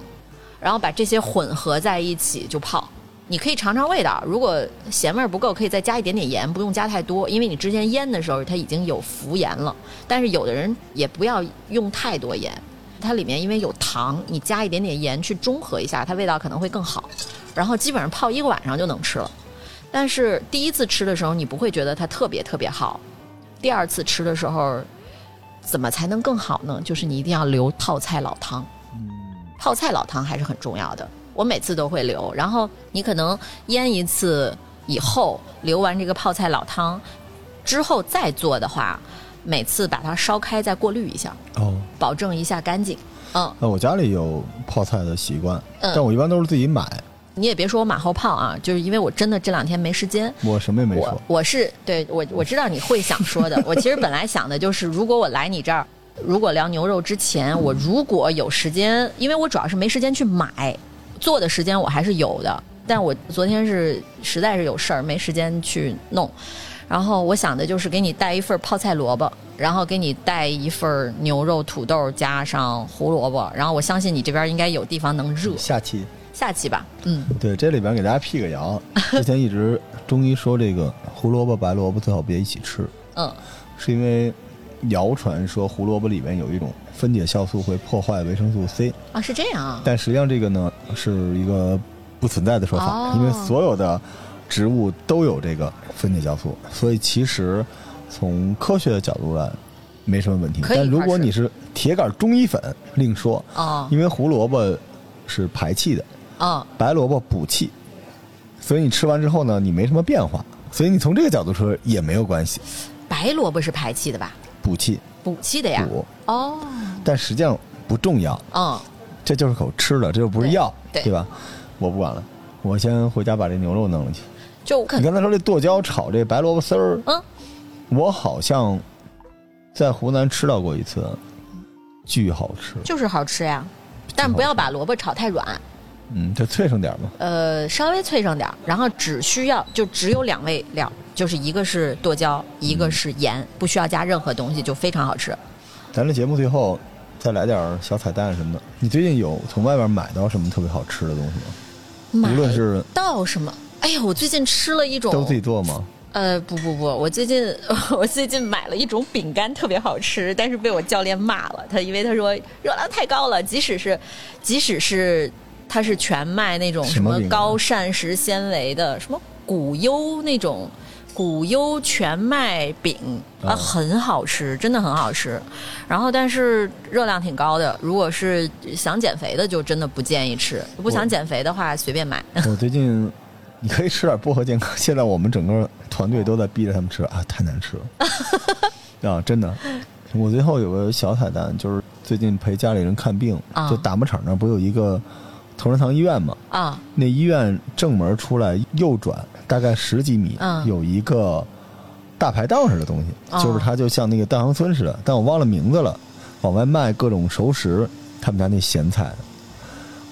Speaker 2: 然后把这些混合在一起就泡。你可以尝尝味道，如果咸味儿不够，可以再加一点点盐，不用加太多，因为你之前腌的时候它已经有浮盐了。但是有的人也不要用太多盐，它里面因为有糖，你加一点点盐去中和一下，它味道可能会更好。然后基本上泡一个晚上就能吃了。但是第一次吃的时候，你不会觉得它特别特别好。第二次吃的时候，怎么才能更好呢？就是你一定要留泡菜老汤。泡菜老汤还是很重要的，我每次都会留。然后你可能腌一次以后，留完这个泡菜老汤之后再做的话，每次把它烧开再过滤一下，
Speaker 1: 哦，
Speaker 2: 保证一下干净。嗯，
Speaker 1: 那我家里有泡菜的习惯，
Speaker 2: 嗯
Speaker 1: 但我一般都是自己买，
Speaker 2: 你也别说我马后炮啊，就是因为我真的这两天没时间。
Speaker 1: 我什么也没
Speaker 2: 我
Speaker 1: 说。
Speaker 2: 我是对我我知道你会想说的，我其实本来想的就是，如果我来你这儿，如果聊牛肉之前，我如果有时间，因为我主要是没时间去买，做的时间我还是有的，但我昨天是实在是有事儿没时间去弄，然后我想的就是给你带一份泡菜萝卜，然后给你带一份牛肉土豆加上胡萝卜，然后我相信你这边应该有地方能热，
Speaker 1: 下期
Speaker 2: 下期吧，嗯。
Speaker 1: 对这里边给大家辟个 谣，之前一直中医说这个胡萝卜、白萝卜最好别一起吃，
Speaker 2: 嗯，
Speaker 1: 是因为谣传说胡萝卜里面有一种分解酵素会破坏维生素 C，
Speaker 2: 啊，是这样啊，
Speaker 1: 但实际上这个呢是一个不存在的说法，
Speaker 2: 哦
Speaker 1: 因为所有的植物都有这个分解酵素，所以其实从科学的角度来没什么问题。
Speaker 2: 可以
Speaker 1: 但如果
Speaker 2: 一块儿吃
Speaker 1: 你是铁杆中医粉，另说，
Speaker 2: 哦
Speaker 1: 因为胡萝卜是排气的，
Speaker 2: 哦，
Speaker 1: 白萝卜补气，所以你吃完之后呢，你没什么变化，所以你从这个角度说也没有关系，
Speaker 2: 白萝卜是排气的吧？
Speaker 1: 补气
Speaker 2: 补气的呀。
Speaker 1: 补，
Speaker 2: 哦，
Speaker 1: 但实际上不重要，
Speaker 2: 嗯，
Speaker 1: 这就是口吃的，这又不是
Speaker 2: 对
Speaker 1: 药，
Speaker 2: 对
Speaker 1: 吧？我不管了，我先回家把这牛肉弄 了去。
Speaker 2: 就可
Speaker 1: 你刚才说这剁椒炒这白萝卜丝儿，
Speaker 2: 嗯，
Speaker 1: 我好像在湖南吃到过一次，巨好吃，
Speaker 2: 就是好吃呀，但不要把萝卜炒太软，
Speaker 1: 嗯，就脆生点儿嘛。
Speaker 2: 呃，稍微脆上点儿，然后只需要就只有两味料，就是一个是剁椒，一个是盐，不需要加任何东西，就非常好吃。
Speaker 1: 咱这节目最后再来点儿小彩蛋什么的。你最近有从外边买到什么特别好吃的东西吗？
Speaker 2: 买
Speaker 1: 无论是
Speaker 2: 到什么？哎呀，我最近吃了一种
Speaker 1: 都自己做吗？
Speaker 2: 呃，不不不，我最近 我最近买了一种饼干，特别好吃，但是被我教练骂了。他因为他说热量太高了，即使是即使是它是全麦那种
Speaker 1: 什
Speaker 2: 什
Speaker 1: 么
Speaker 2: 么
Speaker 1: 饼干
Speaker 2: 高膳食纤维的，什么谷优那种谷优全麦饼啊，
Speaker 1: 啊
Speaker 2: 很好吃，真的很好吃。然后但是热量挺高的，如果是想减肥的，就真的不建议吃；不想减肥的话，随便买。
Speaker 1: 我最近你可以吃点薄荷健康。现在我们整个团队都在逼着他们吃啊，太难吃了啊，真的。我最后有个小彩蛋，就是最近陪家里人看病，
Speaker 2: 啊
Speaker 1: 就打磨场那儿不有一个同仁堂医院嘛？
Speaker 2: 啊，
Speaker 1: 那医院正门出来右转大概十几米，
Speaker 2: 嗯
Speaker 1: 有一个大排档似的东西，
Speaker 2: 哦
Speaker 1: 就是它就像那个蛋黄村似的，但我忘了名字了。往外卖各种熟食，他们家那咸菜，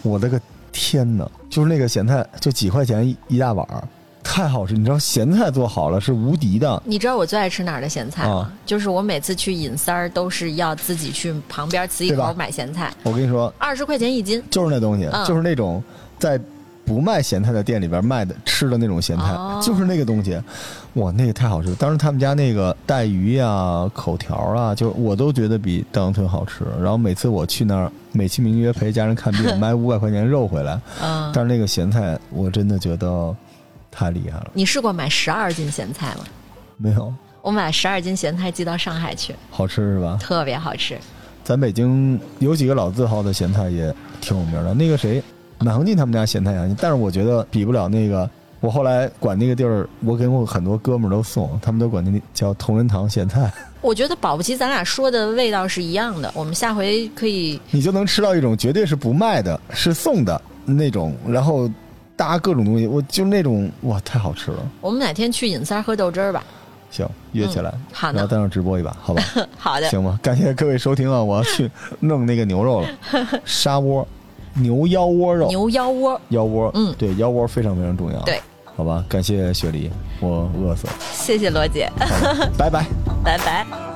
Speaker 1: 我的个天呐，就是那个咸菜就几块钱一一大碗儿，太好吃！你知道咸菜做好了是无敌的，
Speaker 2: 你知道我最爱吃哪儿的咸菜吗？
Speaker 1: 啊
Speaker 2: 就是我每次去尹三儿都是要自己去旁边慈禧
Speaker 1: 对吧
Speaker 2: 口买咸菜，
Speaker 1: 我跟你说，
Speaker 2: 二十块钱一斤。
Speaker 1: 就是那东西，
Speaker 2: 嗯
Speaker 1: 就是那种在不卖咸菜的店里边卖的吃的那种咸菜，
Speaker 2: 哦
Speaker 1: 就是那个东西，哇，那个太好吃了！当时他们家那个带鱼呀、口条啊，就是我都觉得比蛋黄村好吃。然后每次我去那儿，美其名 曰陪家人看病，买五百块钱肉回来，
Speaker 2: 嗯
Speaker 1: 但是那个咸菜我真的觉得太厉害了，
Speaker 2: 你试过买十二斤咸菜吗？
Speaker 1: 没有
Speaker 2: 我买十二斤咸菜寄到上海去，
Speaker 1: 好吃是吧？
Speaker 2: 特别好吃。
Speaker 1: 咱北京有几个老字号的咸菜也挺有名的，那个谁，满恒进他们家咸菜洋但是我觉得比不了那个。我后来管那个地儿，我给我很多哥们儿都送，他们都管那地叫同仁堂咸菜，
Speaker 4: 我觉得保不齐咱俩说的味道是一样的，我们下回可以
Speaker 1: 你就能吃到一种绝对是不卖的，是送的那种，然后搭各种东西，我就那种哇，太好吃了。
Speaker 4: 我们哪天去尹三儿喝豆汁儿吧。
Speaker 1: 行，约起来，
Speaker 4: 嗯好
Speaker 1: 然后
Speaker 4: 呢，
Speaker 1: 咱上直播一把，好吧？
Speaker 4: 好的，
Speaker 1: 行吧，感谢各位收听啊！我要去弄那个 牛肉了，砂锅，牛腰窝肉，
Speaker 4: 牛腰窝，
Speaker 1: 腰窝，
Speaker 4: 嗯
Speaker 1: 对，腰窝非常非常重要。
Speaker 4: 对，
Speaker 1: 好吧，感谢雪梨，我饿死了，
Speaker 4: 谢谢罗姐，
Speaker 1: 好吧拜拜。
Speaker 4: 拜拜。